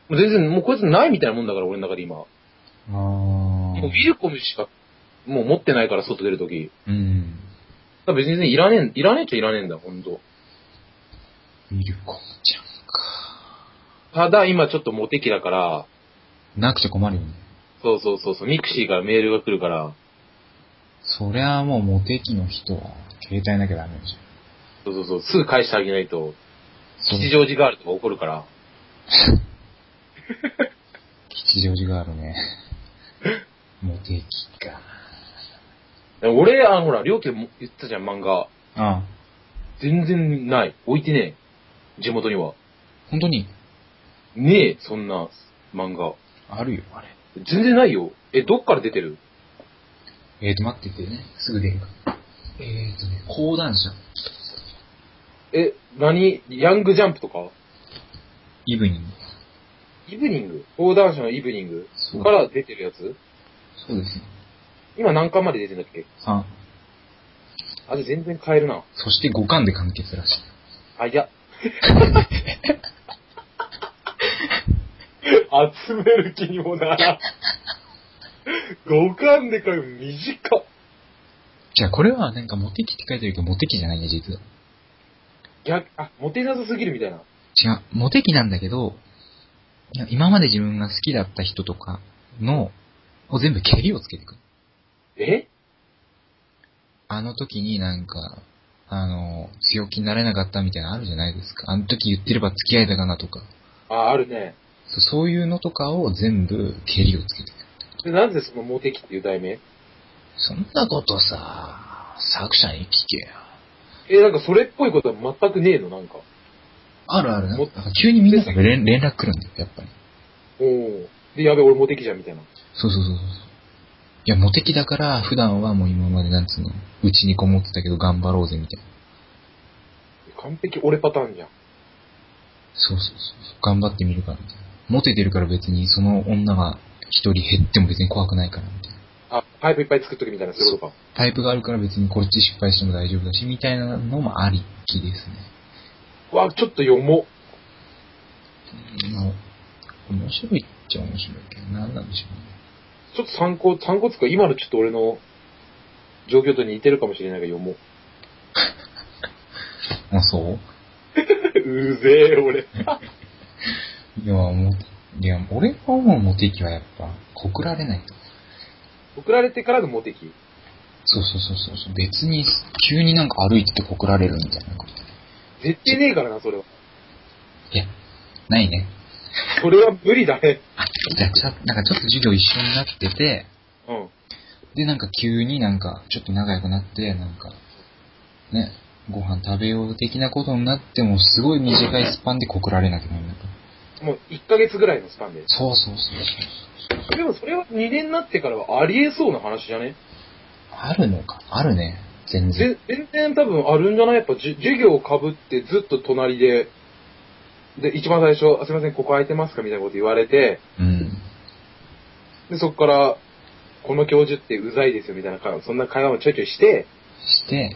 う全然もうこいつないみたいなもんだから俺の中で今。も
あ
うウ
ー。
ィルコムしか、もう持ってないから外出るとき。
うん。
だから別に全然いらねえ、いらねえっちゃいらねえんだ、ほんと。
ミルコムちゃんか。
ただ今ちょっとモテ期だから、
なくちゃ困るよね。
そうそうそうそう、ミクシーからメールが来るから、
そりゃあもうモテ期の人は、携帯なきゃダメでし
そ
ょ。
うそうそう、すぐ返してあげないと、
そう
吉祥寺ガールとか怒るから、
吉祥寺があるね。モテ期か。
俺、あの、ほら、りょうきも言ってたじゃん、漫画。
ああ。
全然ない。置いてねえ。地元には。
本当に、
ねえ、そんな漫画。
あるよ、あれ。
全然ないよ。え、どっから出てる
えーと、待っててね。すぐ出るから。えーとね、講談社。
え、何ヤングジャンプとか
イブニング。
イブニング講談社のイブニング
そ
か
う
ら出てるやつ
そうですね。
今何巻まで出てんだっけ
3。
あ、れ全然買えるな。
そして5巻で完結らしい。
あ、いや。 [laughs] 集める気にもならん。五巻で買う短っ。
じゃあこれはなんかモテ期って書いてるけど、モテ期じゃないね、実は。
逆、あ、モテなさすぎるみたいな。
違う、モテ期なんだけど、いや今まで自分が好きだった人とかの、を全部蹴りをつけてくる。
え
あの時になんか、あの、強気になれなかったみたいなのあるじゃないですか。あの時言ってれば付き合えたかなとか。
あ、あるね。
そそういうのとかを全部蹴りをつけてく
で
る。
なぜそのモテ期っていう題名
そんなことさ、作者に聞けよ。
え、なんかそれっぽいことは全くねえの、なんか。
あるあるな。な
も
んか急にみんなから連連絡来るんだよ、やっぱり。
おお。で、やべ、俺モテ期じゃん、みたいな。
そうそうそうそう。いや、モテ期だから、普段はもう今までなんつうの、うちにこもってたけど頑張ろうぜ、みたいな。
完璧俺パターンじゃん。
そうそうそうそう。頑張ってみるから、みたいな。モテてるから別にその女が一人減っても別に怖くないからみたいな。
あ、パイプいっぱい作っとけみたいな、そういうことか。
タイプがあるから別にこっち失敗しても大丈夫だし、みたいなのもありきですね。
うわ、ちょっと読も
まあ、面白いっちゃ面白いけど、なんなんでしょうね。
う。ちょっと参考、参考つうか、今のちょっと俺の状況と似てるかもしれないが読もう。 [laughs]
あ、そう
うぜえ、俺。
いや、もう、いや、俺が思うモテ期はやっぱ、告られないと。
送られてからのモテ期。
そうそうそうそうそう。別に、急になんか歩いてて告られるみたいなこと。
絶対ねえからな、それは。
いや、ないね。
それは無理だね。
あ、じゃあちょなんかちょっと授業一緒になってて、
うん。
で、なんか急になんか、ちょっと仲良くなって、なんか、ね、ご飯食べよう的なことになっても、すごい短いスパンで告られなきゃダメだから。
もう1ヶ月ぐらいのスパンで。
そうそうそう
でもそれは2年になってからはありえそうな話じゃね
あるのか。あるね。全然。
ぜ全然多分あるんじゃないやっぱじゅ授業をかぶってずっと隣で、で、一番最初、あすいません、ここ空いてますかみたいなこと言われて、
うん。
で、そこから、この教授ってうざいですよみたいな会話、そんな会話もちょいちょいして、
して、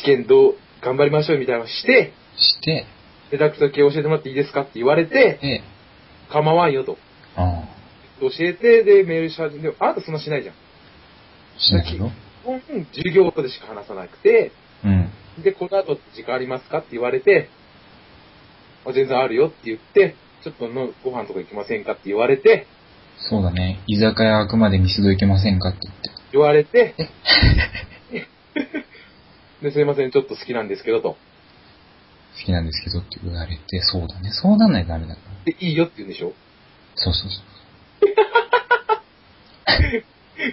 試験どう、頑張りましょうみたいなのして、
して、
で、ダクト系教えてもらっていいですかって言われて、
で、
構わんよと。
あ
教えて、で、メールし始め、でもあなたそんなしないじゃん。
あ、しないよ。
基本、授業とでしか話さなくて、
うん。
で、この後時間ありますかって言われて、あ全然あるよって言って、ちょっとのご飯とか行きませんかって言われて、
そうだね。居酒屋あくまでミスド行けませんかって言って。
言われて、ですいません、ちょっと好きなんですけどと。
好きなんですけどって言われて、そうだね。そうなんないとダメだから。
で、いいよって言うんでしょ
そうそうそう。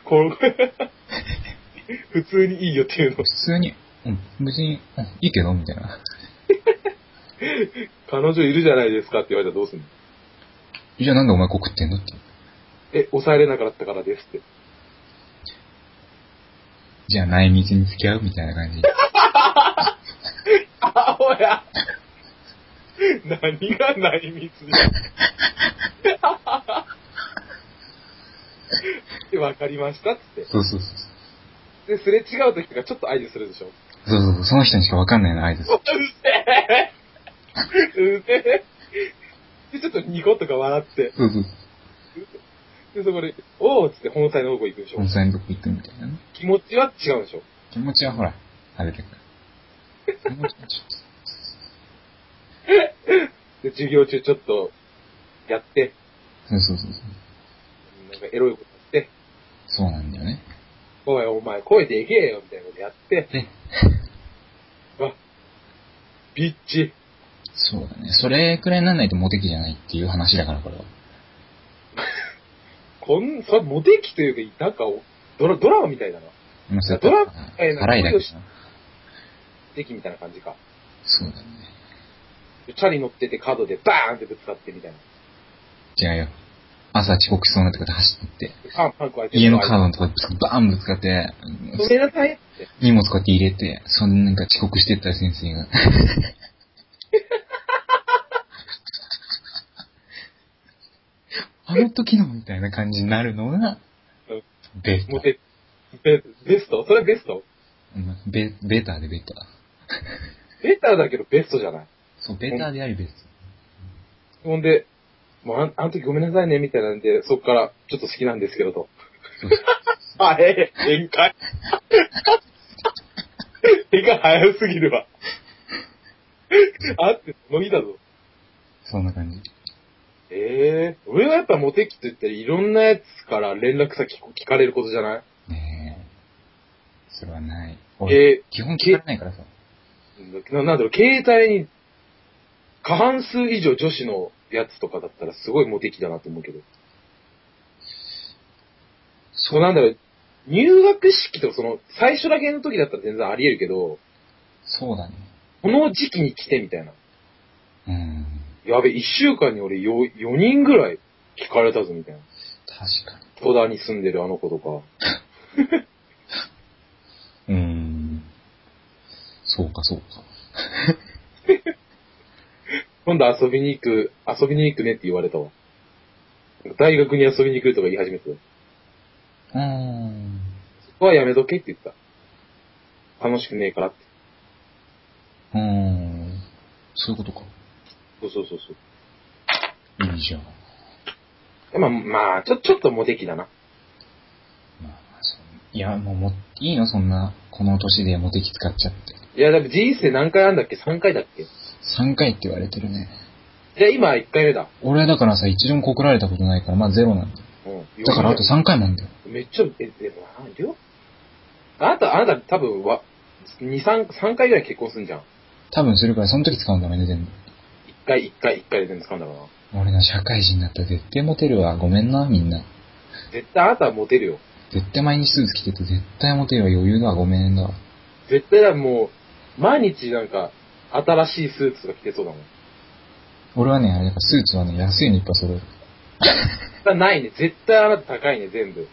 こう普通にいいよっていうの。
普通に、うん、別に、うん、いいけど、みたいな。
彼女いるじゃないですかって言われたらどうすんの
じゃあなんでお前告ってんのって。
え、抑えれなかったからですって。
じゃあ内密に付き合うみたいな感じ。
あおや何が内密に。わかりましたっつって。
そうそうそう。
で、すれ違う時とかちょっと相手するでしょ。
そうそうそう。その人にしかわかんないの、あいつ。
うぜえうぜえで、ちょっとニコッとか笑って、
そうそう。
で、そこで、おーっつって本妻の方向行くでしょ
本。妻のとこ行くみたいなね。
気持ちは違うでしょ。
気持ちはほら、あれだから。気持ちはちょっ
で、授業中ちょっと、やって、
とそうそうそうそう。
なんかエロいことやって、
そうなんだよね。
おいお前声でけえよ、みたいなことやって、
で、
わ、ビッチ。
そうだね。それくらいにならないとモテ期じゃないっていう話だから、これは。
こん、それモテ期というか、なんかおドラ、ドラマみたいだな。
今そう
ドラマ
払いだけどな。
敵みたいな感じか。
そうだね。
チャリ乗ってて角でバーンってぶつかってみたいな。
違うよ。朝遅刻しそうになってこと走ってって、
パンパンこうやって。
家のカードのとこでバーンぶつかって、
ごめんなさいって。
荷物こうやって入れて、そのなんか遅刻してった
[laughs]
先生が。あの時のみたいな感じになるのが
うん、
ベー
モ
タ。
テ、ベ、ベストそれはベスト
うんベベータでベタ。
ベターだけどベストじゃない。
そう、ベタでありベス
ほんで、もうあんあの時ごめんなさいね、みたいなんで、そこから、ちょっと好きなんですけどと。
そう
[laughs] あ、ええ、展 [laughs] 開。展開早すぎるわ。あって、のぎだぞ。
ト。そんな感じ。
ええ俺はやっぱモテ期と言ったらいろんなやつから連絡先聞かれることじゃない
ねえ。それはない。俺、
え
基本聞かれないからさ。
ー、ななんだろう、携帯に過半数以上女子のやつとかだったらすごいモテ期だなと思うけど。そうなんだろう、入学式とかその最初だけの時だったら全然あり得るけど、
そうだね。
この時期に来てみたいな。
うん。
やべ、一週間に俺よ4人ぐらい聞かれたぞみたいな。
確かに。
戸田に住んでるあの子とか。
うーん。そうか、そうか。
今度遊びに行く、遊びに行くねって言われたわ。大学に遊びに来るとか言い始めて、
うーん。
そこはやめとけって言ってた。楽しくねえからって。
うーん。そういうことか。
そうそうそうそう。
いいじゃん。
まあ、まあ、ちょ、ちょっとモテ期だな。
まあ、そういや、もうも、いいのそんな、この年でモテキ使っちゃって。
いや、だって人生何回あんだっけ ?3 回だっけ
3回って言われてるね。
じゃあ今1回目だ。
俺だからさ、一度も告られたことないから、まあゼロなんだよ。
うん。
だからあと3回なんだよ。
めっちゃ、え、でもな、りょあなた、あなた多分わ、2、3、3回ぐらい結婚すんじゃん。1
多分するから、その時使うんだろうね、全部。
回、1回、1回で全部使うんだろうな。
俺な、社会人になったら絶対モテるわ。ごめんな、みんな。
絶対あなたはモテるよ。
絶対毎日スーツ着てて絶対モテるわ。余裕だわ、ごめんだわ。
絶対だ、もう、毎日なんか、新しいスーツが着てそうだもん。
俺はね、あれ、やっぱスーツはね、安いのいっぱい揃える。
だないね。絶対あなた高いね、全部。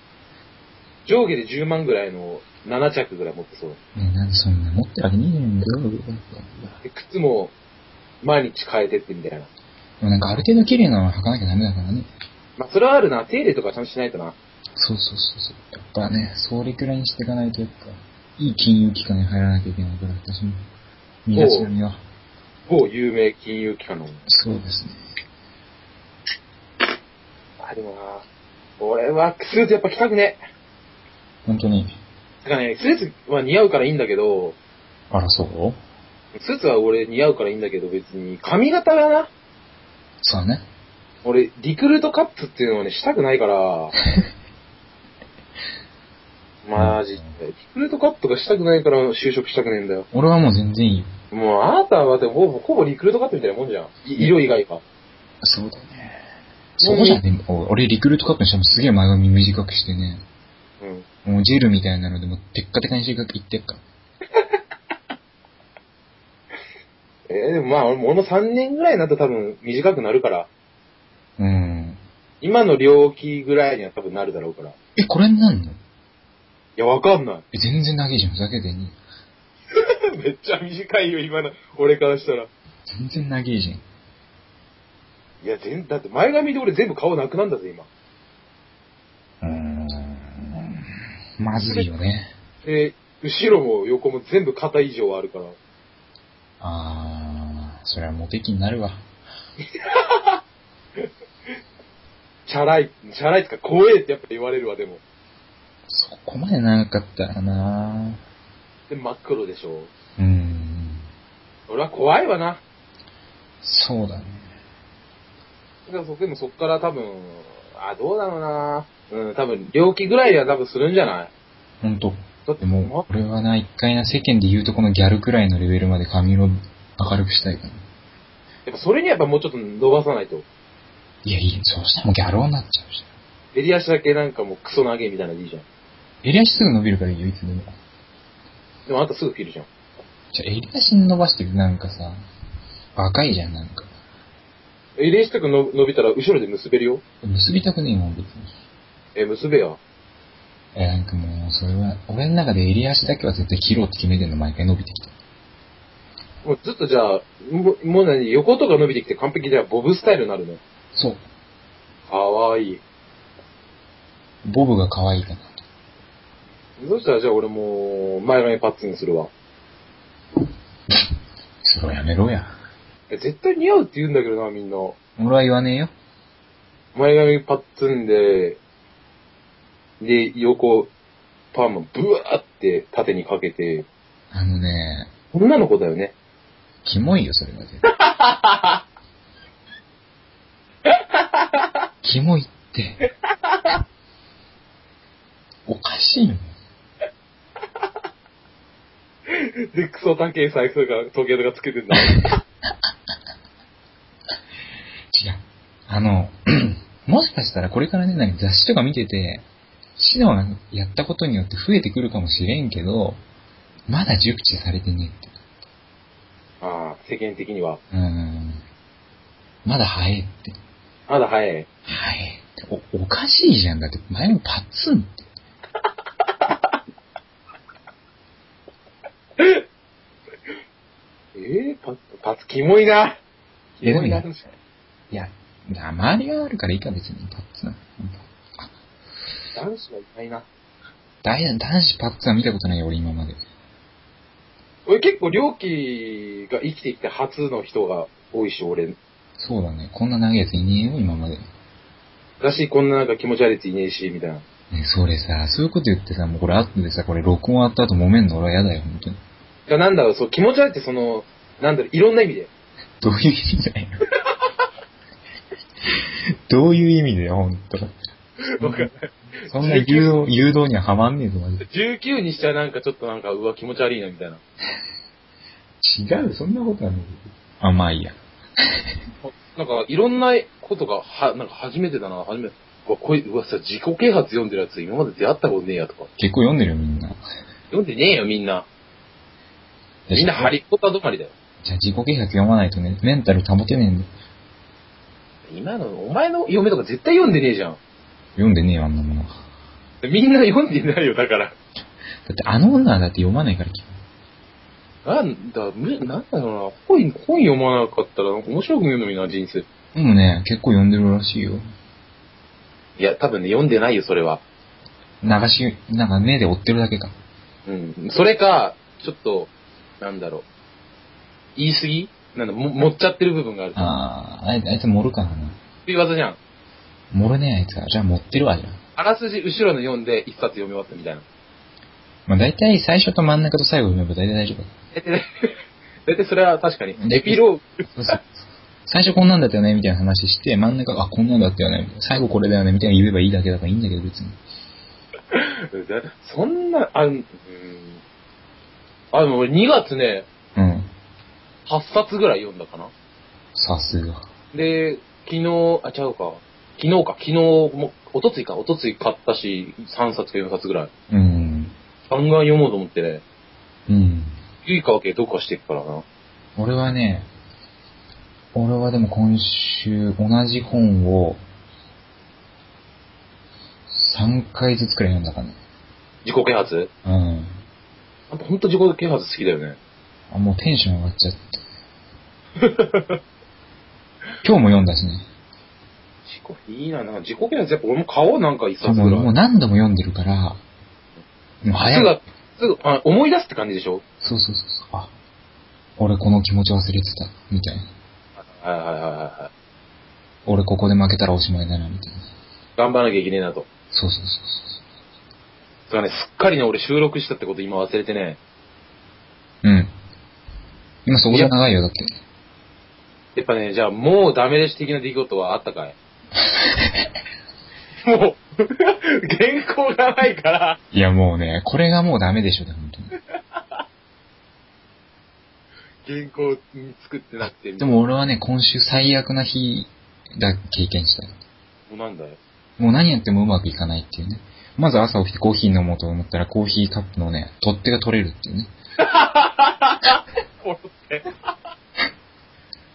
上下で10万ぐらいの7着ぐらい持ってそう。
ねえ、なんでそんな持ってるわけねえんだよ。
で靴も、毎日変えてってみたいな。
でもなんかある程度綺麗なのは履かなきゃダメだからね。
まあ、それはあるな。手入れとかちゃんとしないとな。
そうそうそうそう。やっぱね、それくらいにしていかないと、やっぱ、いい金融機関に入らなきゃいけないから、私も。身だしなみは。
某有名金融機関の。
そうですね。
あ、でもな、俺はスーツやっぱ着たくね。
本当に。
てかね、スーツは似合うからいいんだけど、
あら、そう
スーツは俺似合うからいいんだけど、別に髪型がな、
そうね。
俺、リクルートカップっていうのはね、したくないから、マジで。リクルートカップがしたくないから就職したくねえんだよ。
俺はもう全然いいよ。
もうあなたはでもほぼほぼリクルートカップみたいなもんじゃん。い色以外か。
そうだね。そうじゃねえ俺、リクルートカップにしてもすげえ前髪短くしてね。
うん。
もうジェルみたいなのでもうテッカテカにしていってっから。
えーでもまあ、俺も俺も3年ぐらいになったら多分短くなるから、
うん。
今の領域ぐらいには多分なるだろうから。い
え、これになんの
や、わかんない。 [laughs]
え、全然長いじゃん、ふざけてに。
めっちゃ短いよ、今の、俺からしたら。
全然長いじゃん。
いや、全、だって前髪で俺全部顔なくなんだぜ、今。
うーん。まずいよね。
で、後ろも横も全部肩以上はあるから。
あー、それはモテ期になるわ。
チャラい、チャラいってか怖えってやっぱ言われるわ、でも。
そこまで長かったらな
で、真っ黒でしょ。
うーん。
俺は怖いわな。
そうだね。
だからそ、でもそっから多分、あ、どうだろうなうん、多分、猟奇ぐらいは多分するんじゃない
ほんと。
だって
でも、俺はな、一回な、世間で言うとこのギャルくらいのレベルまで髪色明るくしたいから。
やっぱそれにやっぱもうちょっと伸ばさないと。
いや、いい。そうしたらもうギャル男になっちゃうじ
襟足だけなんかもうクソ長えみたいなのでいいじゃん。
ゃん。襟足すぐ伸びるからいいよ、いつでも。
でもあんたすぐ切るじゃん。
じゃあ、襟足伸ばしてるなんかさ、若いじゃん、なんか。
襟足とかの伸びたら後ろで結べるよ。
結びたくねえもん、別に。
え、結べよ。
え、なんかもう、それは、俺の中で襟足だけは絶対切ろうって決めてんの、毎回伸びてきた。
もうずっとじゃあ、ももう何、横とか伸びてきて完璧じゃあボブスタイルになるね。
そう。
かわいい。
ボブが可愛いかなと。
そしたらじゃあ俺も、前髪パッツンにするわ。
それはやめろや。
え絶対似合うって言うんだけどな、みんな。
俺は言わねえよ。
前髪パッツンで、で、横、パーマブワーって縦にかけて、
あのね、
女の子だよね。
キモいよ、それは絶対。キモいって。おかしいよ。
で、クソ高い財布とか時計とかつけてんだ。
違う。あの、 [clears throat] もしかしたらこれからね、なんか雑誌とか見てて、指導なんかやったことによって増えてくるかもしれんけど、まだ熟知されてねえって。
ああ、世間的には。
うーん。まだ早えって。
まだ早い。
早えって。お、おかしいじゃん。だって前のパッツンって。
ええパッ、パッ、キモいな。
いやでも
な。
いや、だ周りがあるからいいか別に、パッツン。
男子はいないな。
だい男子パッツンは見たことないよ、俺今まで。
俺結構、良気が生きてきて初の人が多いし、俺。
そうだね。こんな長いやついねえよ、今まで。
だし、こんななんか気持ち悪いやついねえし、みたいな。
ね、それさ、そういうこと言ってさ、もうこれ後でさ、これ録音終わった後揉めんの俺は嫌だよ、本当に。
がなんだろう、そう、気持ち悪いってその、なんだろう、いろんな意味で。
どういう意味
[laughs]
だよ。どういう意味だよ、ほんと。
わかんない
そんな誘導誘導にはハマんねえぞ、マジで。
19にしちゃなんかちょっとなんか、うわ、気持ち悪いな、みたいな。
違う、そんなことはない。あ、まあいいや。
なんか、いろんなことが、は、なんか初めてだな、初めて。うわ、こい、うわさ、自己啓発読んでるやつ、今まで出会ったことねえやとか。
結構読んでるよ、みんな。
読んでねえよ、みんな。みんなハリポタ止まりだよ。
じゃあ自己啓発読まないとね、メンタル保てねえんだよ。
今の、お前の嫁とか絶対読んでねえじゃん。
読んでねえよ、あんなもの。だ
みんな読んでないよ、だから。
ってあの女はだって読まないから、基本
なんだ、む、なんだろうな、本、本読まなかったら、面白くねえのにな、人生。
でもね、結構読んでるらしいよ。
いや、多分ね、読んでないよ、それは。
流し、なんか目で追ってるだけか。
うん。それか、ちょっと、なんだろう。言い過ぎなんだ、も、持っちゃってる部分がある。っ
あー、あいつ、あいつ盛るからな。
ていう技じゃん。
盛るねあいつは。じゃあ持ってるわ、じゃあ。
あらすじ後ろの読んで、一冊読み終わったみたいな。
まあ大体最初と真ん中と最後読めば大体大丈夫だ。
大体、 [laughs] 大体それは確かに。
ね
エピローグ。
そうそう最初こんなんだったよね、みたいな話して、真ん中、あ、こんなんだったよね、みたいな最後これだよね、みたいな言えばいいだけだからいいんだけど、別に。
そんな、あ、うん。あ、でも俺2月ね、
うん。
8冊ぐらい読んだかな。
さすが。
で、昨日、あ、ちゃうか。昨日か、昨日も、おとついか、おとつい買ったし、3冊か4冊ぐらい。
うん。
ガンガン読もうと思ってね、
うん。
ゆいかわけどっかしていくからな。
俺はね、俺はでも今週同じ本を3回ずつくらい読んだかな。
自己啓発
うん。
あんたほんと自己啓発好きだよね。
あ、もうテンション上がっちゃって。今日も読んだしね。
自己、いいなな。自己啓発やっぱ俺も買おうなんか一
そう
冊ぐらい。
もう何度も読んでるから、もう早
す
い
ぐ。、すぐ、あ思い出すって感じでしょ
そうそうそうそう。あ、俺この気持ち忘れてた、みたいな。
はいはいはいはいはい。
俺ここで負けたらおしまいだな、みたいな。
頑張らなきゃいけねえなと。
そうそうそうそ
だからね、すっかりね、俺収録したってこと今忘れてね。
う。うん。今そこで長いよ、だって。
やっぱね、じゃあもうダメ出し的な出来事はあった
[laughs]
かいもう、原稿がないから、
いやもうね、これがもうダメでしょね、本当に。
原稿作ってなくて、
でも俺はね、今週最悪な日だ、経験したよ。
もうなんだよ。
もう何やってもうまくいかないっていうね。まず朝起きてコーヒー飲もうと思ったらコーヒーカップのね、取っ手が取れるっていうね。
おって、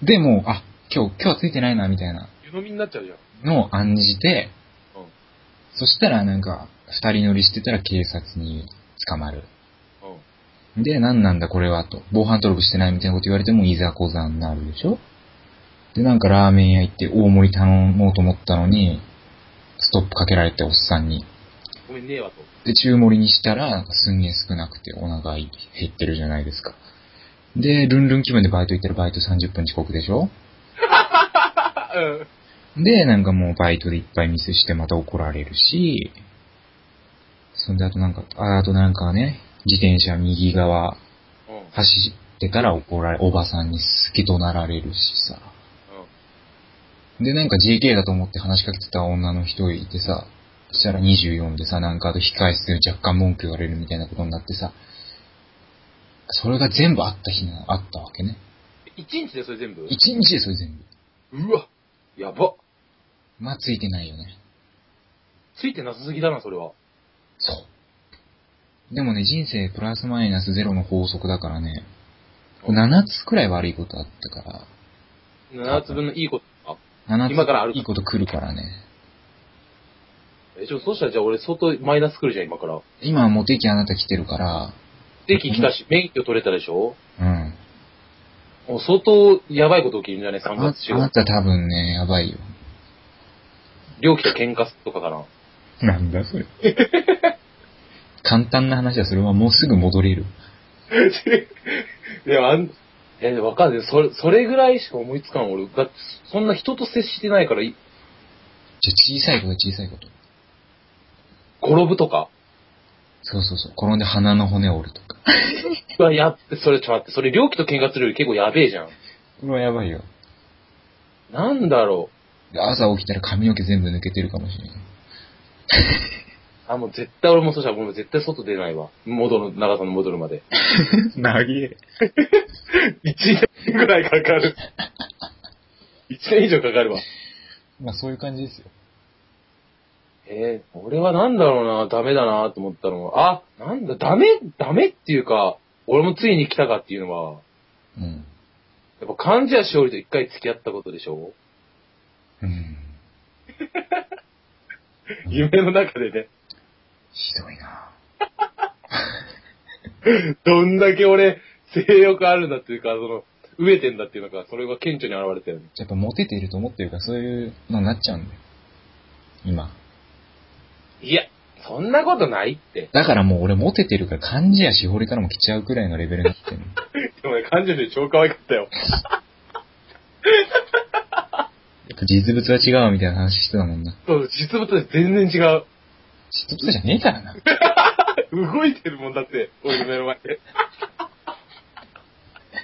で、もう、あ、今日、今日はついてないな、みたいな
湯飲みになっちゃうじゃん。
のを案じて、
うん
そしたらなんか、二人乗りしてたら警察に捕まる。
うん。
で、何なんだこれはと。防犯登録してないみたいなこと言われても、いざこざになるでしょで、なんかラーメン屋行って大盛り頼もうと思ったのに、ストップかけられておっさんに。
ごめんねえわと。
で、中盛りにしたら、なんかすんげえ少なくてお腹減ってるじゃないですか。で、ルンルン気分でバイト行ったらバイト30分遅刻でしょ [laughs]
あ、うん。
で、なんかもうバイトでいっぱいミスしてまた怒られるし、そんであとなんか、ああとなんかね、自転車右側
うん。
走ってたら怒られ、おばさんに好き怒鳴られるしさ。で、なんか JK だと思って話しかけてた女の人いてさ、そしたら24でさ、なんかあと控え室で若干文句言われるみたいなことになってさ、それが全部あった日な、あったわけね。
一日でそれ全部
1日でそれ全部。
うわ、やば。
まあ、ついてないよね。
ついてなさすぎだな、それは。
そう。でもね、人生プラスマイナスゼロの法則だからね、7つくらい悪いことあったから、
7つ分のいいことか。
7つ
今からある
いいこと来るからね。
え、ちょ、そしたらじゃあ俺相当マイナス来るじゃん、今から。
今はモテ期あなた来てるから、
駅来たし、免許取れたでしょ
うん。
もう相当やばいこと起きるんじゃね、3
あ
月中
あな。た多分ね、やばいよ。
両機と喧嘩とかかな。
なんだそ [laughs] れ。簡単な話はそれはもうすぐ戻れる。
でもあん、え、わかんない。それ、それぐらいしか思いつかん、俺。だって、そんな人と接してないから、い
じゃあ小さいこと小さいこと。
転ぶとか。
そうそうそう。転んで鼻の骨折るとか。
うわ、やって、それ、ちょっと待って、それ、両機と喧嘩するより結構やべえじゃん。
これはやばいよ。
なんだろ
で朝起きたら髪の毛全部抜けてるかもしれない。
う。あ、もう絶対俺もそうしたら、もう絶対外出ないわ。戻る、長さの戻るまで。
なぎえ。
1年ぐらいかかる。1年以上かかるわ。
まあそういう感じですよ。
えー、俺はなんだろうな、ダメだなと思ったのは、あ、なんだ、ダメ、ダメっていうか、俺もついに来たかっていうのは、
うん。
やっぱ、じやしおりと一回付き合ったことでしょ
うん。
夢の中でね、
ひどいな
どんだけ俺、性欲あるんだっていうか、その、飢えてんだっていうのが、それが顕著に現れたよね。
やっぱモテていると思ってるからそういうのになっちゃうんだよ。今。
いや、そんなことない [laughs] って。
だからもう俺モテてるから漢字やしほりからも来ちゃうくらいのレベルになってる。
でもね、感じで超可愛かったよ。
やっぱ実物は違うみたいな話してたもんな。
そう、実物と全然違う。
実物じゃねえからな。
動いてるもんだって、俺の目の前で。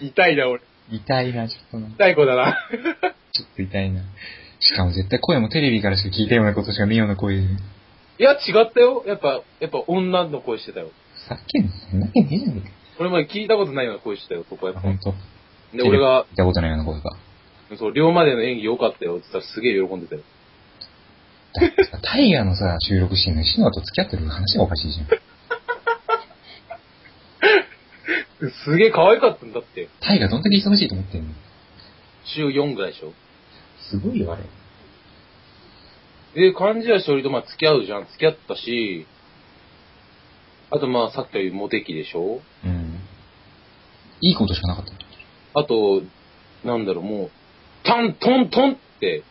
痛いな、俺。
痛いな、ちょっとな。
痛い子だな。
ちょっと痛いな。しかも絶対声もテレビからしか聞いたようなことしかねえような声で。
いや、違ったよ。やっぱ、やっぱ女の声してたよ。
さっきのそんなわけねえじゃね
俺も聞いたことないような声してたよ、そこは
え
や
か。
っ
ほん
ぱ。
と。
で、俺が、
聞いたことないような声が。
そう、両までの演技良かったよって言ったらすげえ喜んでたよ。
だってさタイガーのさ、収録シーンのシノと付き合ってる話がおかしいじゃん。
すげえ可愛かったんだって。
タイガーどんだけ忙しいと思ってんの
週4ぐらいでしょ。
すごいよ、あれ。
で、感じやしおりとまあ付き合うじゃん。付き合ったし、あとまあさっき言うモテ期でしょ。
うん。いいことしかなかった。
あと、なんだろう、もう、タントントンって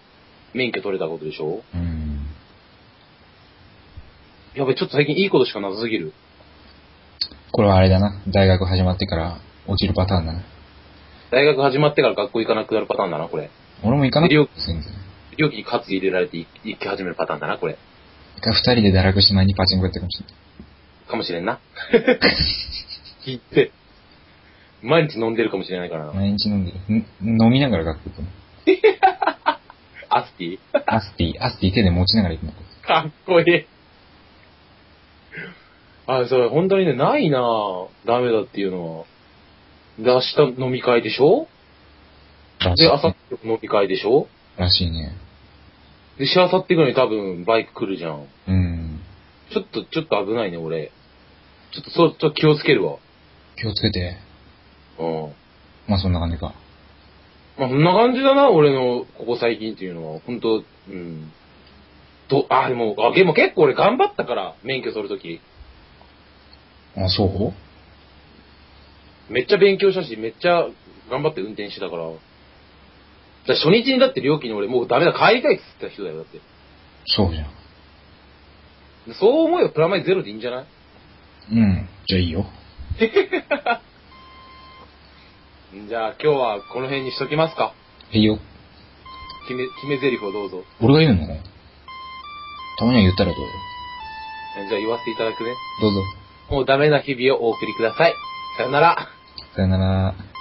免許取れたことでしょ
うん。
やべ、ちょっと最近いいことしかなさすぎる。
これはあれだな。大学始まってから落ちるパターンだな。
大学始まってから学校行かなくなるパターンだな、これ。
俺も行かな
医療
くてすんだよ。
料金にカツ入れられてい行き始めるパターンだな、これ。
一回二人で堕落しないにパチンコやってるかもしれない。
かもしれんな。聞いて。毎日飲んでるかもしれないからな。
毎日飲んでる。ん飲みながら学校行くの。
アスティ
アスティ、アスティ手で持ちながら行くの。
かっこいい。あ、それ本当にね、ないなぁ。ダメだっていうのは。で、明日飲み会でしょ
らし
で、
い
明後日飲み会でしょ
らしいね。
で、しあさってぐらいに多分バイク来るじゃん。
うん。
ちょっと、ちょっと危ないね、俺。ちょっと、そう、ちょっと気をつけるわ。
気をつけて。
うん。
まあそんな感じか。
まあ、そんな感じだな、俺の、ここ最近っていうのは。本当うん。と、あ、でも、あ、でも結構俺頑張ったから、免許取るとき。
あ、そう
めっちゃ勉強したし、めっちゃ頑張って運転してたから。だから初日にだって料金に俺もうダメだ、帰りたいって言ってた人だよ、だって。
そうじゃん。
そう思えばプラマイゼロでいいんじゃない
うん。じゃあいいよ。
じゃあ今日はこの辺にしときますか。
いいよ。
決め、決め台詞をどうぞ。
俺が言うのたまには言ったらどうよ。
じゃあ言わせていただくね。
どうぞ。
もうダメな日々をお送りください。さよなら。
さよなら。